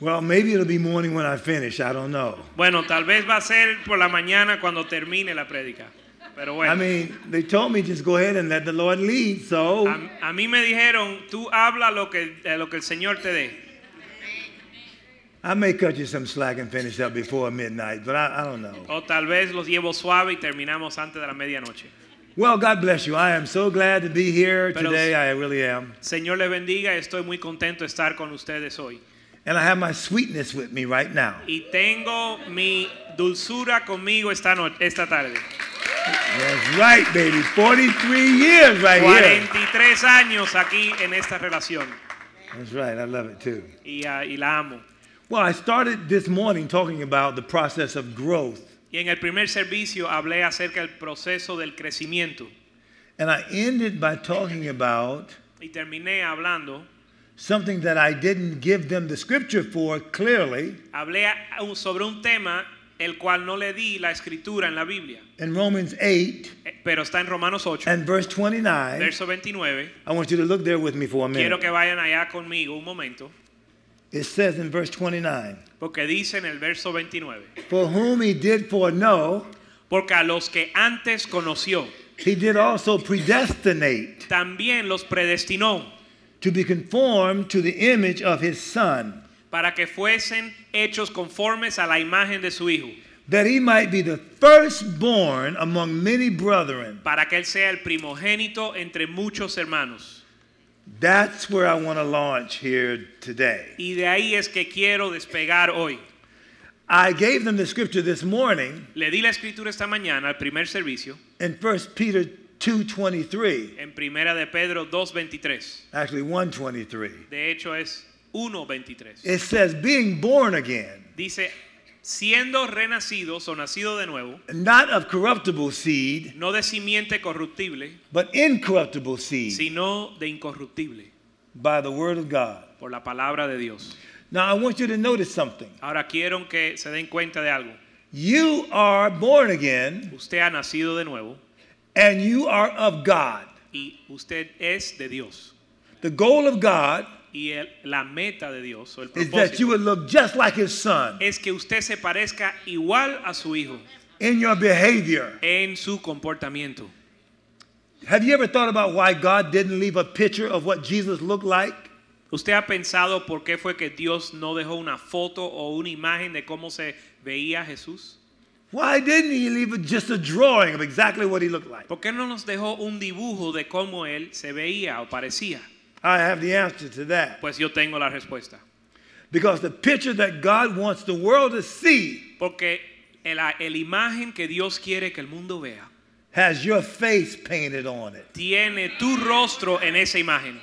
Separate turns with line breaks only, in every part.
Well, maybe it'll be morning when I finish. I don't know.
Bueno, tal vez va a ser por la mañana cuando termine la prédica. Pero bueno,
I mean, they told me just go ahead and let the Lord lead. So
a, a mí me dijeron, tú habla lo que, de lo que el Señor te dé.
I may cut you some slack and finish up before midnight, but I, I don't know.
O tal vez los llevo suave y terminamos antes de la medianoche.
Well, God bless you. I am so glad to be here
Pero-
today. I really am.
Señor les bendiga, estoy muy contento de estar con ustedes hoy.
And I have my sweetness with me right now.
Y tengo mi dulzura conmigo esta, no- esta tarde.
That's right, baby. 43 years right here.
43 años aquí en esta relación
That's right. I love it too.
y, ah, y la amo.
Well, I started this morning talking about the process of growth.
Y en el primer servicio hablé acerca del proceso del crecimiento.
And I ended by talking about
Y terminé hablando,
something that I didn't give them the scripture for clearly
hablé a- un- sobre un tema el cual no le di la escritura en la Biblia,
in Romans 8
Eh, pero está en Romanos 8,
and verse 29.
verso 29.
I want you to look there with me for a
Quiero
minute.
que vayan allá conmigo un momento,
It says in verse 29
porque dice en el verso 29,
For whom he did foreknow,
porque a los que antes conoció,
he did also predestinate
también los predestinó
to be conformed to the image of his Son,
para que fuesen hechos conformes a la imagen de su Hijo,
that he might be the firstborn among many brethren.
para que Él sea el primogénito entre muchos hermanos.
That's where I want to launch here today.
Y de ahí es que quiero despegar hoy.
I gave them the scripture this morning
Le di la escritura esta mañana al primer servicio
in 1 Peter 2:23.
en Primera de Pedro 2:23.
actually 123
De hecho es 1:23.
it says being born again
Dice, siendo renacidos o nacido de nuevo,
not of corruptible seed
no de simiente corruptible,
but incorruptible seed
sino de incorruptible,
by the word of god
por la palabra de Dios.
now i want you to notice something
Ahora quiero que se den cuenta de algo.
you are born again
Usted ha nacido de nuevo
and you are of god
y usted es de Dios.
the goal of god
Y el- la meta de Dios o el
is that you
propósito
would look just like his son
es que usted se parezca igual a su hijo.
in your behavior
en su comportamiento.
have you ever thought about why god didn't leave a picture of what jesus looked like
¿Usted ha pensado por qué fue que Dios no dejó una foto o una imagen de cómo se veía Jesús?
why didn't he leave just a drawing of exactly what he looked like
¿Por qué no nos dejó un dibujo de cómo Él se veía o parecía?
i have the answer to that
Pues yo tengo la respuesta.
Because the picture that God wants the world to see
Porque la el imagen que Dios quiere que el mundo vea
has your face painted on it.
tiene tu rostro en esa imagen.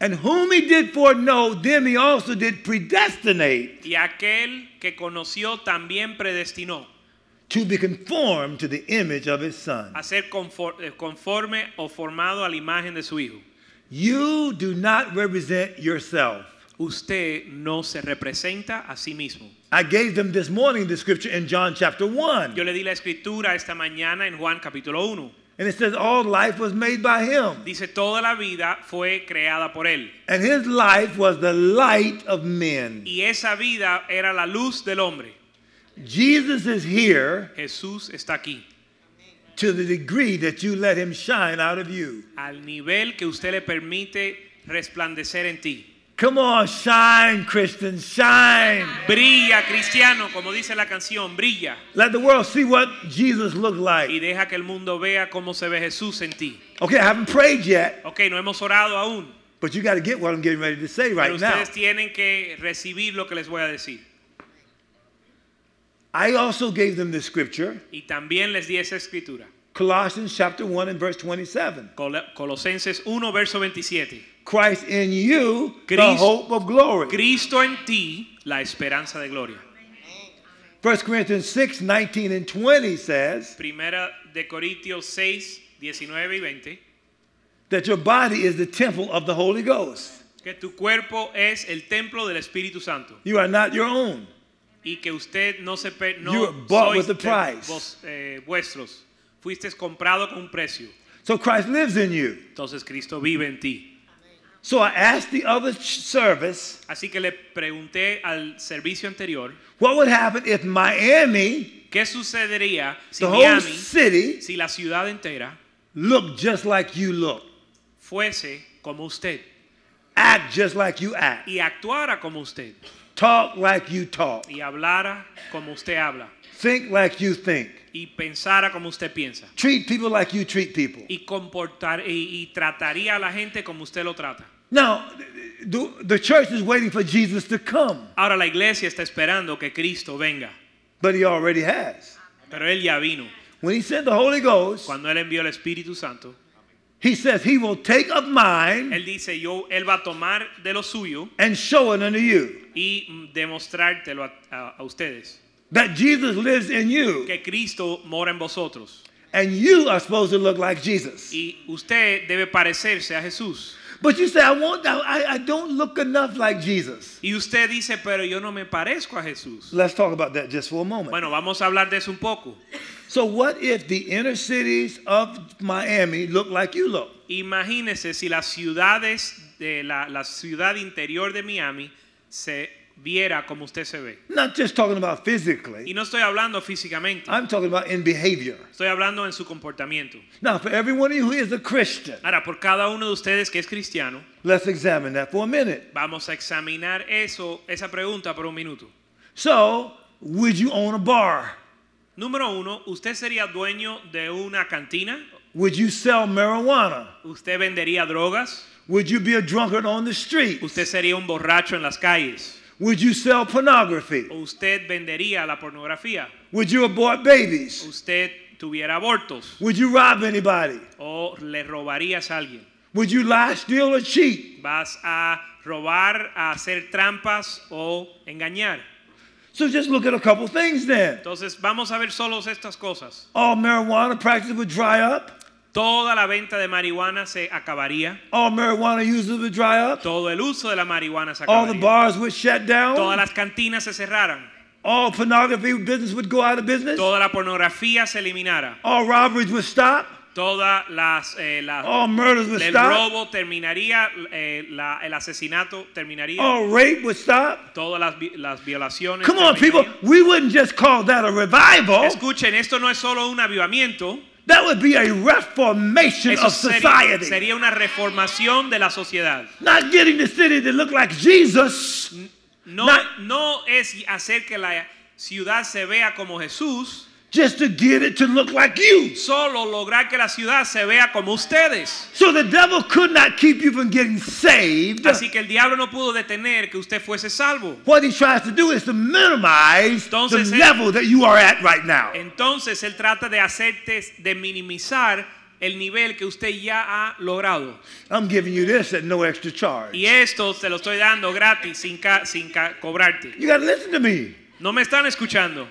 And whom he did foreknow, them he also did predestinate
Y aquel que conoció también predestinó
to be conformed to the image of his son.
a ser confor- eh, conforme o formado a la imagen de su Hijo.
You do not represent yourself.
Usted no se representa a sí mismo.
I gave them this morning the scripture in John chapter 1.
Yo le di la escritura esta mañana en Juan capítulo 1.
And it says, All life was made by him,
Dice, toda la vida fue creada por él.
and his life was the light of men.
Y esa vida era la luz del hombre.
Jesus is here
Jesús está aquí.
to the degree that you let him shine out of you.
Al nivel que usted le permite resplandecer en ti.
Come on, shine, Christian, shine.
Brilla, cristiano, como dice la canción, brilla.
Let the world see what Jesus looked
Y
like.
deja que el mundo vea cómo se ve Jesús en ti.
Okay, I haven't prayed yet,
Ok, no hemos orado aún.
but you got to get what I'm getting ready to say
Pero
right now.
ustedes tienen que recibir lo que les voy a decir.
I also gave them the scripture,
Y también les di esa escritura.
Colossians chapter 1 and verse 27.
Col- Colosenses 1, verso 27.
Christ in you, the
Christ-
hope of glory.
Cristo en ti, la esperanza de gloria.
1 Corinthians 6, 19 and 20 says
Primera de Corintios 6, 19 y 20.
that your body is the temple of the Holy Ghost.
Que tu cuerpo es el templo del Espíritu Santo
You are not your own.
y que usted no se per- no
You are bought
sois
with a
de
price.
vos- eh, vuestros. Fuiste comprado con un precio.
So Christ lives in you.
Entonces Cristo vive en ti.
So I asked the other ch- service,
Así que le pregunté al servicio anterior,
what would happen if Miami,
¿qué sucedería si
the whole
Miami,
city,
si la ciudad entera
looked just like you look,
fuese como usted
act just like you act,
y actuara como usted
talk like you talk,
y hablara como usted habla
think like you think,
y pensara como usted piensa
treat people like you treat people?
y comportar y, y trataría a la gente como usted lo trata?
Now, the, the church is waiting for Jesus to come,
Ahora la iglesia está esperando que Cristo venga,
but he already has.
pero él ya vino.
When he sent the Holy Ghost,
Cuando él envió el Espíritu Santo,
he says he will take of mine
él dice, "Yo él va a tomar de lo suyo
and show it unto you.
y mm, demostrártelo a, a- a ustedes,
That Jesus lives in you,
que Cristo mora en vosotros
and you are supposed to look like Jesus.
y usted debe parecerse a Jesús."
But you say, I want that. I, I don't look enough like Jesus.
Y usted dice, "Pero yo no me parezco a Jesús."
Let's talk about that just for a moment.
Bueno, vamos a hablar de eso un poco.
So, what if the inner cities of Miami look like you look?
Imagínese si las ciudades de la, la ciudad interior de Miami se viera como usted se ve.
Not just talking about
Y
physically,
no estoy hablando físicamente.
I'm talking about in behavior.
Estoy hablando en su comportamiento.
Now, for every one of you who is a Christian,
Ahora, por cada uno de ustedes que es cristiano,
let's examine that for a minute.
vamos a examinar eso, esa pregunta por un minuto.
So, would you own a bar?
Número uno, ¿usted sería dueño de una cantina?
Would you sell marijuana?
¿Usted vendería drogas?
Would you be a drunkard on the street?
¿Usted sería un borracho en las calles?
Would you sell pornography?
¿O usted vendería la pornografía?
Would you abort babies?
¿Usted tuviera abortos?
Would you rob anybody?
¿O le robarías a alguien?
Would you lie, steal, or cheat?
¿Vas a robar, a hacer trampas o engañar?
So just look at a couple things then.
Entonces, vamos a ver solo estas cosas.
All marijuana practice would dry up.
Toda la venta de marihuana se acabaría.
All marijuana users would dry up.
Todo el uso de la marihuana se
All the
acabaría.
bars would shut
Todas
down.
las cantinas se cerraran.
All pornography business would go out of business.
Toda la pornografía se eliminara.
All robberies would stop.
Todas las... eh, las-
All murders would
el
stop.
robo terminaría, eh, la- el asesinato terminaría.
All rape would stop.
Todas las, vi- las violaciones
Oh. Come on, people.
terminarían.
We wouldn't just call that a revival.
Escuchen, esto no es solo un avivamiento.
That would be a reformation
Eso
of
sería,
society.
sería una reformación de la sociedad.
Not getting the city to look like Jesus.
No,
Not-
no es hacer que la ciudad se vea como Jesús,
just to get it to look like you.
solo lograr que la ciudad se vea como ustedes.
So the devil could not keep you from getting saved.
Así que el diablo no pudo detener que usted fuese salvo.
What he tries to do is to minimize
Entonces,
the
él-
level that you are at right now.
Entonces él trata de hacerte, de minimizar el nivel que usted ya ha logrado.
I'm giving you this at no extra charge.
Y esto se lo estoy dando gratis, sin, ca- sin ca- cobrarte.
You got to listen to me.
No me están escuchando.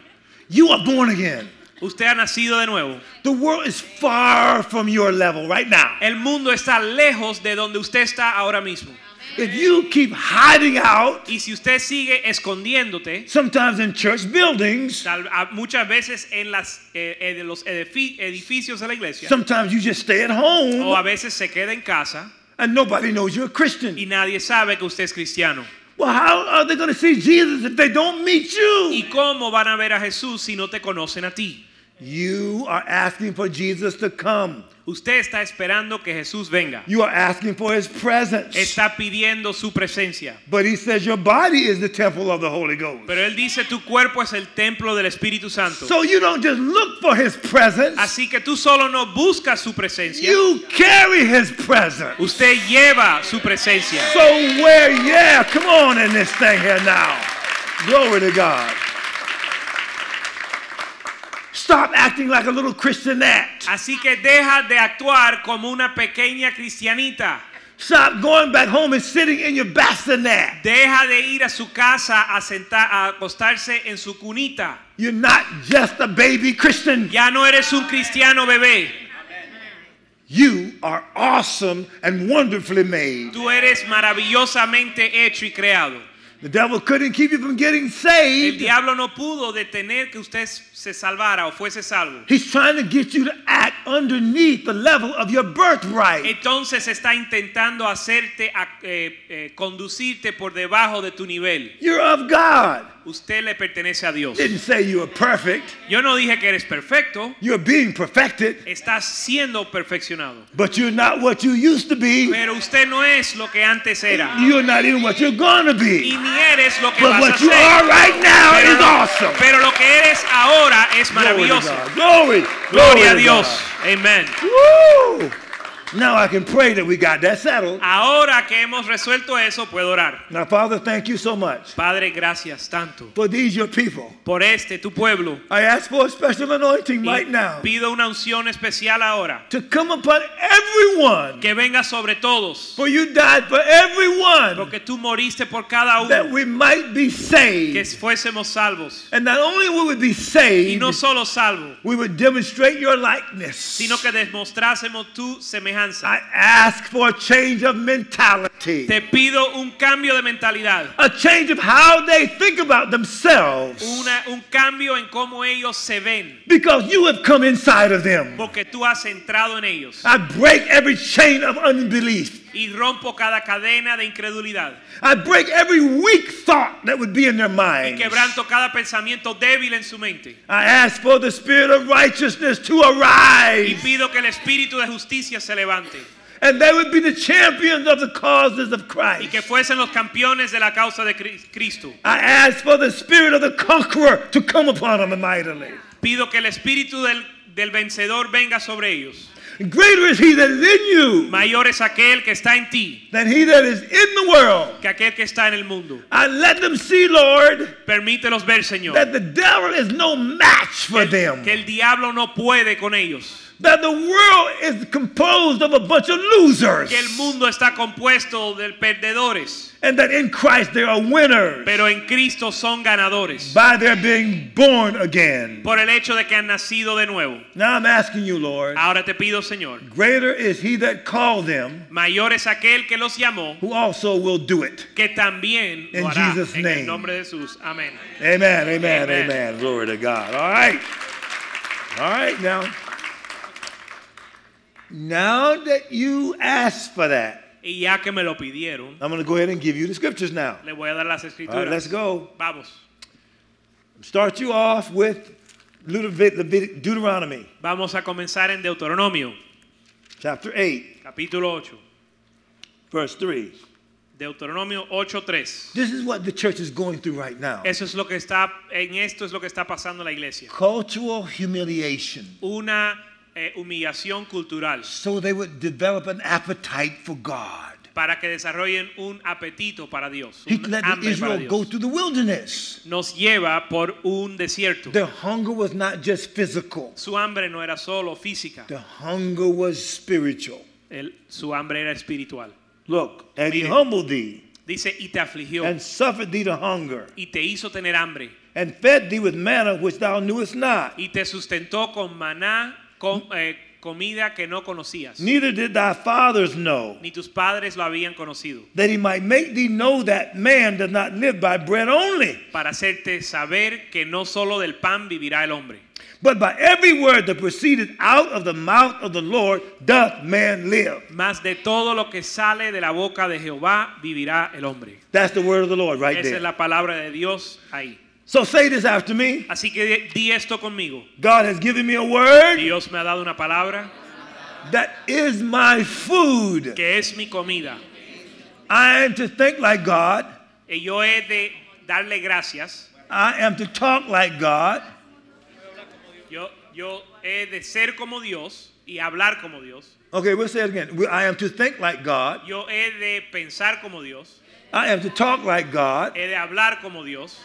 You are born again.
Usted ha nacido de nuevo.
The world is far from your level right now.
El mundo está lejos de donde usted está ahora mismo.
If you keep hiding out,
Y si usted sigue escondiéndote,
sometimes in church buildings,
tal- a- muchas veces en las, eh, eh, de los edifi- edificios de la iglesia,
sometimes you just stay at
o a
home
veces se queda en casa
and nobody knows you're a
y
Christian.
nadie sabe que usted es cristiano.
Well, how are they going to see Jesus if they don't meet you?
¿Y cómo van a ver a Jesús si no te conocen a ti?
You are asking for Jesus to come.
Usted está esperando que Jesús venga.
You are asking for his presence.
Está pidiendo su presencia.
But he says your body is the temple of the Holy Ghost.
Pero él dice, tu cuerpo es el templo del Espíritu Santo.
So you don't just look for his presence,
Así que tú solo no buscas su presencia.
you carry his presence.
Usted lleva su presencia.
So where, yeah, come on in this thing here now. Glory to God. Stop acting like a little Christianette.
Así que deja de actuar como una pequeña cristianita.
Stop going back home and sitting in your bassinet.
Deja de ir a su casa a, sentar, a acostarse en su cunita.
You're not just a baby Christian.
Ya no eres un cristiano bebé.
You are awesome and wonderfully made.
Tú eres maravillosamente hecho y creado.
The devil couldn't keep you from getting
El
saved.
diablo no pudo detener que usted se salvara o fuese salvo.
He's trying to get you to act underneath the level of your birthright.
Entonces está intentando hacerte a- eh, eh, conducirte por debajo de tu nivel.
You're of God.
Usted le pertenece a Dios.
Didn't say you were perfect.
Yo no dije que eres perfecto.
You're being perfected,
Estás siendo perfeccionado.
but you're not what you used to be.
Pero usted no es lo que antes era.
You're not even what you're gonna
Y
be.
ni eres lo que
But
vas a
what you
ser.
are right now
Pero
is
lo-
awesome.
pero lo que eres ahora
Glory
es
to
maravilloso.
God. Glory. Glory
Gloria a
to
Dios.
God.
Amén.
Woo! Now I can pray that we got that settled.
Ahora que hemos resuelto eso, puedo orar.
Now, Father, thank you so much
Padre, gracias tanto
for these, your people.
por este tu pueblo.
I ask for a special anointing
Y
right now
Pido una unción especial ahora.
to come upon everyone.
Que venga sobre todos.
For you died for everyone
Porque tú moriste por cada
that
uno.
we might be
Que
saved.
fuésemos salvos.
And not only will we be
Y
saved,
no solo salvos,
we would demonstrate your likeness.
sino que demostrásemos tu semejanza.
I ask for a change of mentality,
Te pido un cambio de mentalidad.
a change of how they think about themselves.
Una- un cambio en cómo ellos se ven.
Because you have come inside of them.
Porque tú has entrado en ellos.
I break every chain of unbelief.
Y rompo cada cadena de incredulidad.
I break every weak thought that would be in their
Y
mind.
quebranto cada pensamiento débil en su mente.
I ask for the spirit of righteousness to
Y
arise,
pido que el espíritu de justicia se levante
and they would be the champions of the causes of
y
Christ.
que fuesen los campeones de la causa de Cri- Cristo.
I ask for the spirit of the conqueror to come upon them mightily.
Pido que el espíritu del, del vencedor venga sobre ellos.
Greater is he that is in you
Mayor es aquel que está en ti
than he that is in the world.
que aquel que está en el mundo.
I let them see, Lord,
Permítelos ver, Señor,
that the devil is no match for them,
que el diablo no puede con ellos,
that the world is composed of a bunch of losers,
que el mundo está compuesto de perdedores,
and that in Christ they are winners
pero en Cristo son ganadores
by their being born again.
por el hecho de que han nacido de nuevo.
Now I'm asking you, Lord,
Ahora te pido, Señor,
greater is he that called them
mayor es aquel que los llamó
who also will do it.
que también
In
lo hará
Jesus'
en
name.
el nombre de Jesús. Amén.
Amen, amen, amen,
Amen.
Glory to God. All right. All right, now. Now that you asked for that,
Y ya que me lo pidieron,
I'm going to go ahead and give you the scriptures now.
le voy a dar las
All right, let's
escrituras.
go.
Vamos.
Start you off with Levit- Levit- Deuteronomy
Vamos a comenzar en Deuteronomio,
chapter 8,
capítulo 8.
verse 3.
Deuteronomio 8:3.
This is what the church is going through right now
Eso es lo que está en esto es lo que está pasando en la iglesia.
cultural humiliation.
Una eh, humillación cultural
So they would develop an appetite for God.
para que desarrollen un apetito para Dios,
He
un
let the
hambre para
Israel go
Dios.
through the wilderness.
Nos lleva por un desierto.
Their hunger was not just physical,
Su hambre no era solo física,
the hunger was spiritual.
el- su hambre era espiritual.
Look, and he
Miren.
humbled thee
Dice, "Y te afligió
and suffered thee to hunger
y te hizo tener hambre
and fed thee with manna which thou knewest not.
y te sustentó con maná, con eh, comida que no conocías,
Neither did thy fathers know.
ni tus padres lo habían conocido,
that he might make thee know that man does not live by bread only,
para hacerte saber que no solo del pan vivirá el hombre,
but by every word that proceedeth out of the mouth of the Lord doth man live.
más de todo lo que sale de la boca de Jehová vivirá el hombre.
That's the word of the Lord right
Esa es
there.
la palabra de Dios ahí.
So say this after me.
Así que di- di esto conmigo.
God has given me a word
Dios me ha dado una palabra
that is my food.
que es mi comida.
I am to think like God.
Y yo he de darle gracias.
I am to talk like God.
Yo, yo he de ser como Dios y hablar como Dios.
Okay, we'll say it again. We- I am to think like God.
Yo he de pensar como Dios,
I am to talk like God.
he de hablar como Dios,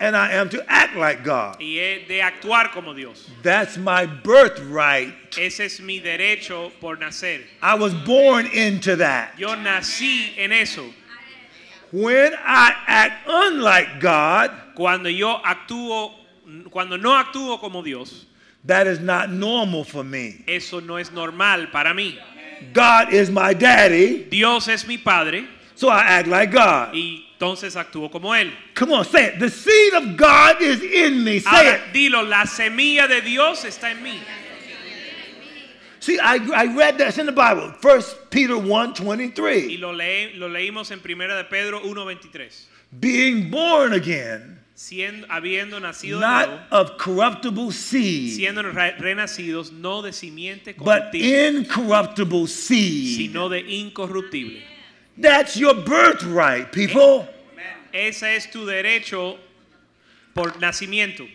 and I am to act like God.
y es de actuar como Dios.
That's my birthright.
Ese es mi derecho por nacer.
I was born into that.
Yo nací en eso.
When I act unlike God,
Cuando yo actúo, cuando no actúo como Dios,
that is not normal for me.
eso no es normal para mí.
God is my daddy,
Dios es mi padre
so I act like God.
y entonces actúo como él.
Come on, say it. The seed of God is in me. Say
Ahora,
it.
dilo, la semilla de Dios está en mí.
See, I, I read that. It's in the Bible. First Peter 1
Y lo, lee- lo leímos en 1 de Pedro 1.23.
Being born again,
Siendo, habiendo nacido de
not
nuevo,
of corruptible seed,
siendo re- renacidos, no de simiente
but
corruptible,
incorruptible seed.
sino de incorruptible.
That's your birthright,
Eh.
people.
Ese es tu derecho por nacimiento.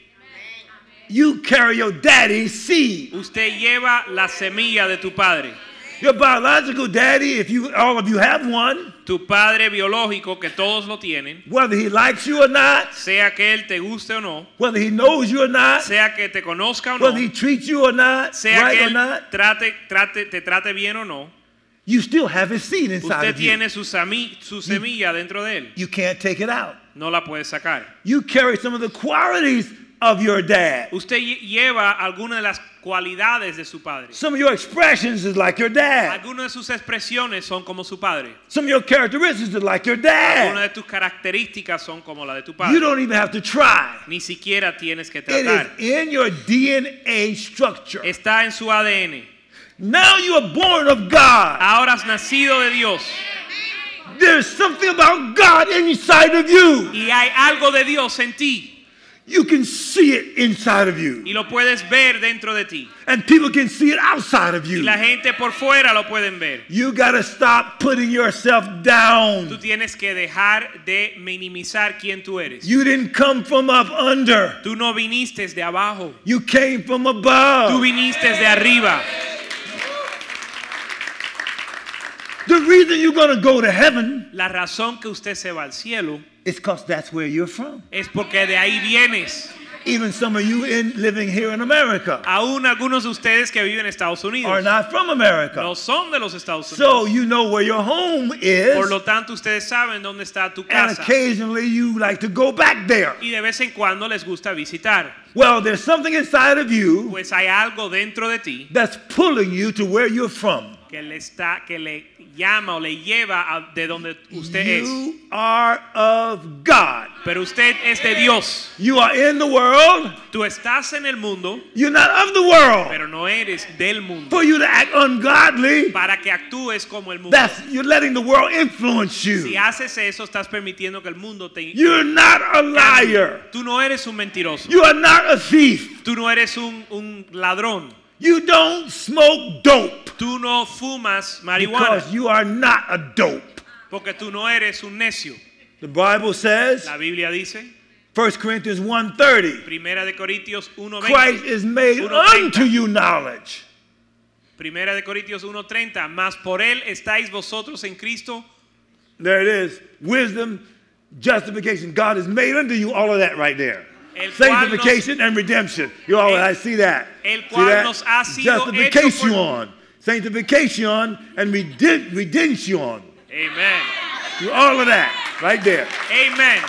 You carry your daddy's seed.
Usted lleva la semilla de tu padre.
Your biological daddy, if you all of you have one,
Tu padre biológico, que todos lo tienen,
whether he likes you or not,
sea que él te guste o no,
whether he knows you or not,
sea que te conozca o
whether he
"Oh, no,
treats you or not,
sea
right
que
or
él
not,
trate, trate, te trate bien o no,
you still have his seed inside
usted
of you.
tiene su, sami- su semilla dentro de él.
You can't take it out.
No la puede sacar.
You carry some of the qualities of your dad.
Usted lle- lleva algunas de las cualidades de su padre.
Some of your expressions is like your dad.
Algunas de sus expresiones son como su padre.
Some of your characteristics is like your
Algunas
dad.
de tus características son como la de tu
You
padre.
don't even have to try.
Ni siquiera tienes que
It
tratar.
is in your DNA structure.
Está en su ADN.
Now you are born of God.
Ahora has nacido de Dios. Ah.
There's something about God inside of you.
Y hay algo de Dios en ti.
You can see it inside of you.
Y lo puedes ver dentro de ti.
And people can see it outside of
Y
you.
la gente por fuera lo pueden ver.
You got to stop putting yourself
Tú
down.
tienes que dejar de minimizar quién tú eres.
You didn't come from up under.
Tú no viniste de abajo.
You came from
Tú
above.
viniste de arriba.
The reason you're going to go to heaven
La razón que usted se va al cielo
is because that's where you're from.
es porque de ahí vienes.
Even some of you in living here in America
Aún algunos de ustedes que viven en Estados
are
Unidos
not from America.
no son de los Estados
So
Unidos.
you know where your home
Por
is.
lo tanto, ustedes saben dónde está tu
And
casa.
occasionally you like to go back there.
Y de vez en cuando les gusta visitar.
Well, there's something inside of you
Pues hay algo dentro de ti
that's pulling you to where you're from.
que le está, que le llama o le lleva a- de donde usted es.
You are of God.
Pero usted es de Dios.
You are in the world.
Tú estás en el mundo,
You're not of the world.
pero no eres del mundo.
For you to act ungodly,
Para que actúes como el mundo.
that's you're letting the world influence
Si
you.
haces eso, estás permitiendo que el mundo te
You're not a liar.
Tú no eres un mentiroso.
You are not a thief.
Tú no eres un, un ladrón.
You don't smoke dope
Tú no fumas marihuana
because you are not a dope.
porque tú no eres un necio.
The Bible says,
La Biblia dice,
1 Corinthians 1:30,
Primera de Corintios 1:20.
Christ is made
Uno
unto
treinta.
you knowledge.
Primera de Corintios 1:30, mas por él estáis vosotros en Cristo,
There it is. Wisdom, justification. God has made unto you all of that right there.
El cual nos-
Sanctification and redemption. You all,
El-
I see that.
el
See
cual
that?
nos ha sido
Justification,
hecho
sanctification, and rede- redemption.
amén.
You all of that right there.
Amén.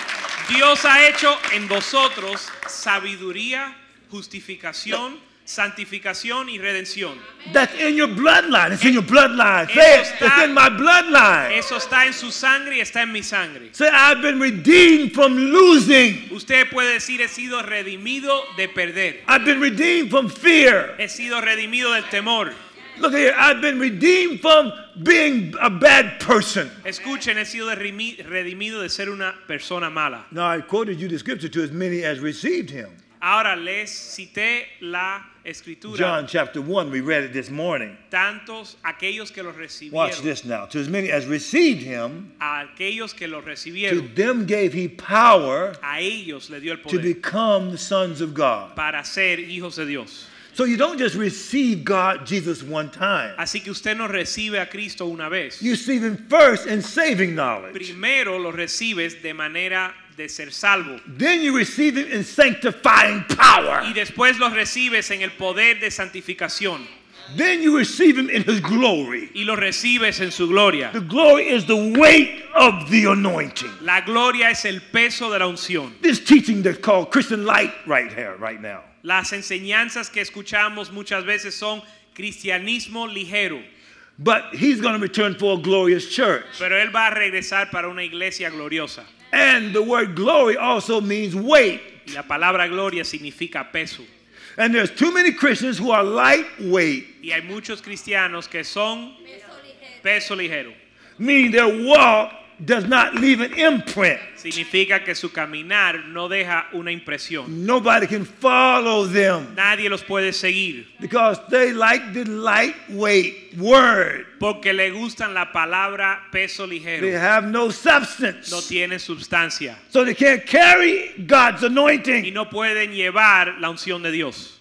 Dios ha hecho en vosotros sabiduría, justificación, santificación y redención.
That's in your bloodline. It's in your bloodline.
eso
Say it.
está-
It's in my bloodline.
Eso está en su sangre y está en mi sangre.
Say, I've been redeemed from losing.
Usted puede decir he sido redimido de perder.
I've been redeemed from fear.
He sido redimido del temor.
Look here. I've been redeemed from being a bad person.
Escuchen, he sido derrimi- redimido de ser una persona mala.
Now I quoted you the scripture to as many as received him.
Ahora les cité la escritura.
John chapter 1, we read it this morning.
Tantos aquellos que los recibieron.
Watch this now. To as many as received him,
A aquellos que los
to
recibieron.
them gave he power
A ellos le dio el
to
poder
become the sons of God.
para ser hijos de Dios.
So you don't just receive God, Jesus, one time.
Así que usted no recibe a Cristo una vez.
You receive him first in saving knowledge.
Primero lo recibes de manera de ser salvo.
Then you receive it in sanctifying power.
Y después los recibes en el poder de santificación.
Then you receive him in his glory.
Y los recibes en su gloria.
The glory is the weight of the anointing.
La gloria es el peso de la unción.
This teaching that's called Christian light right here, right now.
Las enseñanzas que escuchamos muchas veces son cristianismo ligero.
But he's going to return for a glorious church.
Pero él va a regresar para una iglesia gloriosa.
And the word glory also means weight.
Y la palabra gloria significa peso.
And there's too many Christians who are lightweight,
Y hay muchos cristianos que son peso ligero.
meaning their walk does not leave an imprint.
Significa que su caminar no deja una impresión.
Nobody can follow them
Nadie los puede seguir
because they like the lightweight word.
porque le gustan la palabra peso
They
ligero.
have no
No
substance.
tienen sustancia
So they can't carry God's
y
anointing.
no pueden llevar la unción de Dios.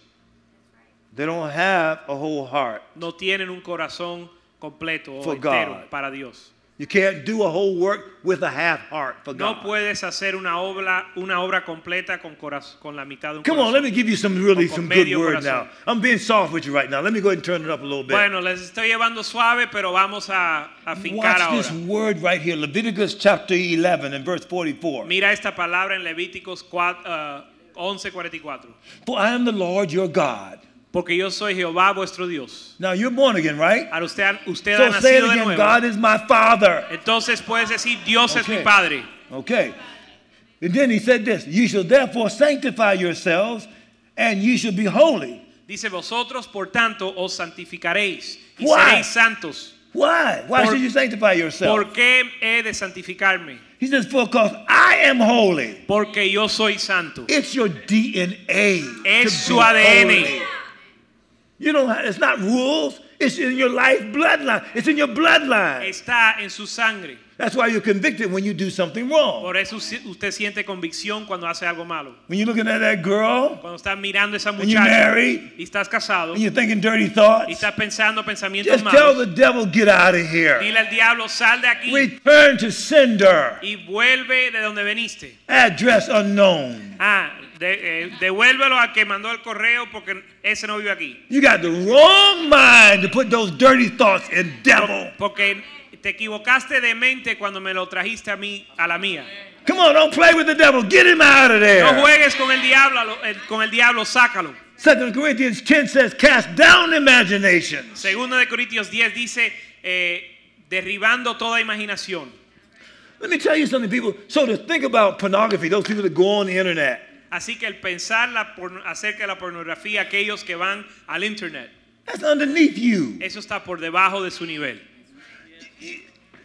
They don't have a whole heart.
No tienen un corazón completo o
For
entero
God.
para Dios.
You can't do a whole work with a half heart for
No
God.
puedes hacer una obra, una obra completa con, coraz- con la mitad de un
Come on,
corazón.
let me give you some really
Con
some good
medio
word
corazón.
now. I'm being soft with you right now. Let me go ahead and turn it up a little bit.
Bueno, les estoy llevando suave, pero vamos a, a fincar
Watch this
ahora.
word right here, Leviticus chapter 11 and verse 44.
Mira esta palabra en Levíticos eh, 11:44.
For I am the Lord your God.
Porque yo soy Jehová vuestro Dios.
Now you're born again, right?
Ahora usted, ha- usted ha
So say it
nacido de
again.
nuevo.
God is my Father.
Entonces puedes decir, Dios es mi
Okay.
Padre.
Okay. And then he said this: You shall therefore sanctify yourselves, and you shall be holy.
Dice, vosotros, por tanto, os santificaréis y
Why?
seréis santos.
Why? Why
Por-
should you sanctify yourself?
¿Por qué he de santificarme?
He says, For because I am holy.
Porque yo soy santo.
It's your DNA. to
Es su
be
ADN.
holy. You don't. Have, it's not rules. It's in your life bloodline. It's in your bloodline.
Está en su sangre.
That's why you're convicted when you do something wrong.
Por eso si- usted siente convicción cuando hace algo malo.
When you're looking at that girl
Cuando estás mirando a esa
When you're
muchacha
married.
y estás casado
and you're thinking dirty
y
thoughts,
estás pensando pensamientos
just tell
malos,
the devil, get out of here.
dile al diablo, sal de aquí
Return to sender.
y vuelve de donde veniste.
Address unknown.
Ah, de- eh, devuélvelo al que mandó el correo porque ese no vive aquí.
You got the wrong mind to put those dirty thoughts in devil.
Porque te equivocaste de mente cuando me lo trajiste a mí, a la mía.
Come on, don't play with the devil. Get him out of
No
there.
juegues con el diablo, a lo- el- con el diablo, sácalo.
Second Corinthians 10 says, cast down imaginations.
Segunda de Corintios 10 dice, eh, derribando toda imaginación.
Let me tell you something, people. So to think about pornography, those people that go on the internet,
Así que el pensar la porno- acerca de la pornografía, aquellos que van al internet,
that's underneath you.
eso está por debajo de su nivel.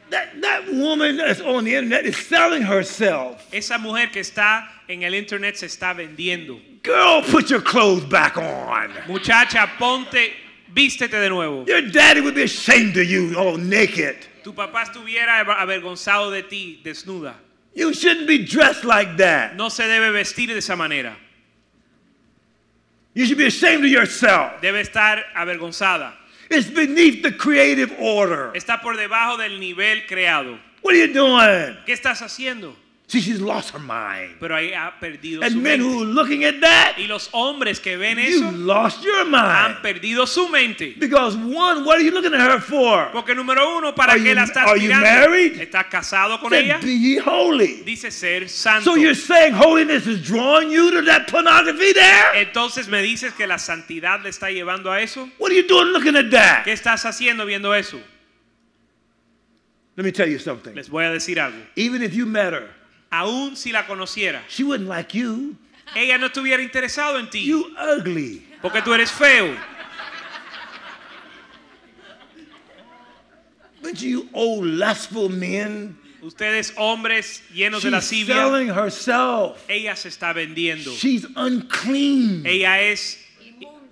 That, that woman that's on the internet is selling herself.
Esa mujer que está en el internet se está vendiendo.
Girl, put your clothes back on.
Muchacha, ponte, vístete de nuevo.
Your daddy would be ashamed of you all naked.
Tu papá estuviera av- avergonzado de ti, desnuda.
You shouldn't be dressed like that.
No se debe vestir de esa manera.
You should be ashamed of yourself.
Debe estar avergonzada.
It's beneath the creative order.
Está por debajo del nivel creado.
What are you doing?
¿Qué estás haciendo?
See, she's lost her mind.
Pero ahí ha perdido su
And men who
mente.
are looking at that,
Y los hombres que ven
you
eso
lost your mind.
han perdido su mente.
Because one, what are you looking at her for?
Porque número uno, ¿para
Are
qué
you-
la estás
are you
mirando?
married?
¿Estás casado con ella?
Said, be ye holy.
Dice ser santo.
So you're saying holiness is drawing you to that pornography there?
Entonces me dices que la santidad le está llevando a eso.
What are you doing looking at
¿Qué
that?
estás haciendo viendo eso?
Let me tell you something.
Les voy a decir algo.
Even if you met her,
Aún si la conociera,
she wouldn't like you.
ella no estuviera interesado en ti.
You ugly.
Porque tú eres feo.
But you old lustful men.
Ustedes hombres llenos de
She's
lascivia,
selling herself.
ella se está vendiendo.
She's unclean.
Ella es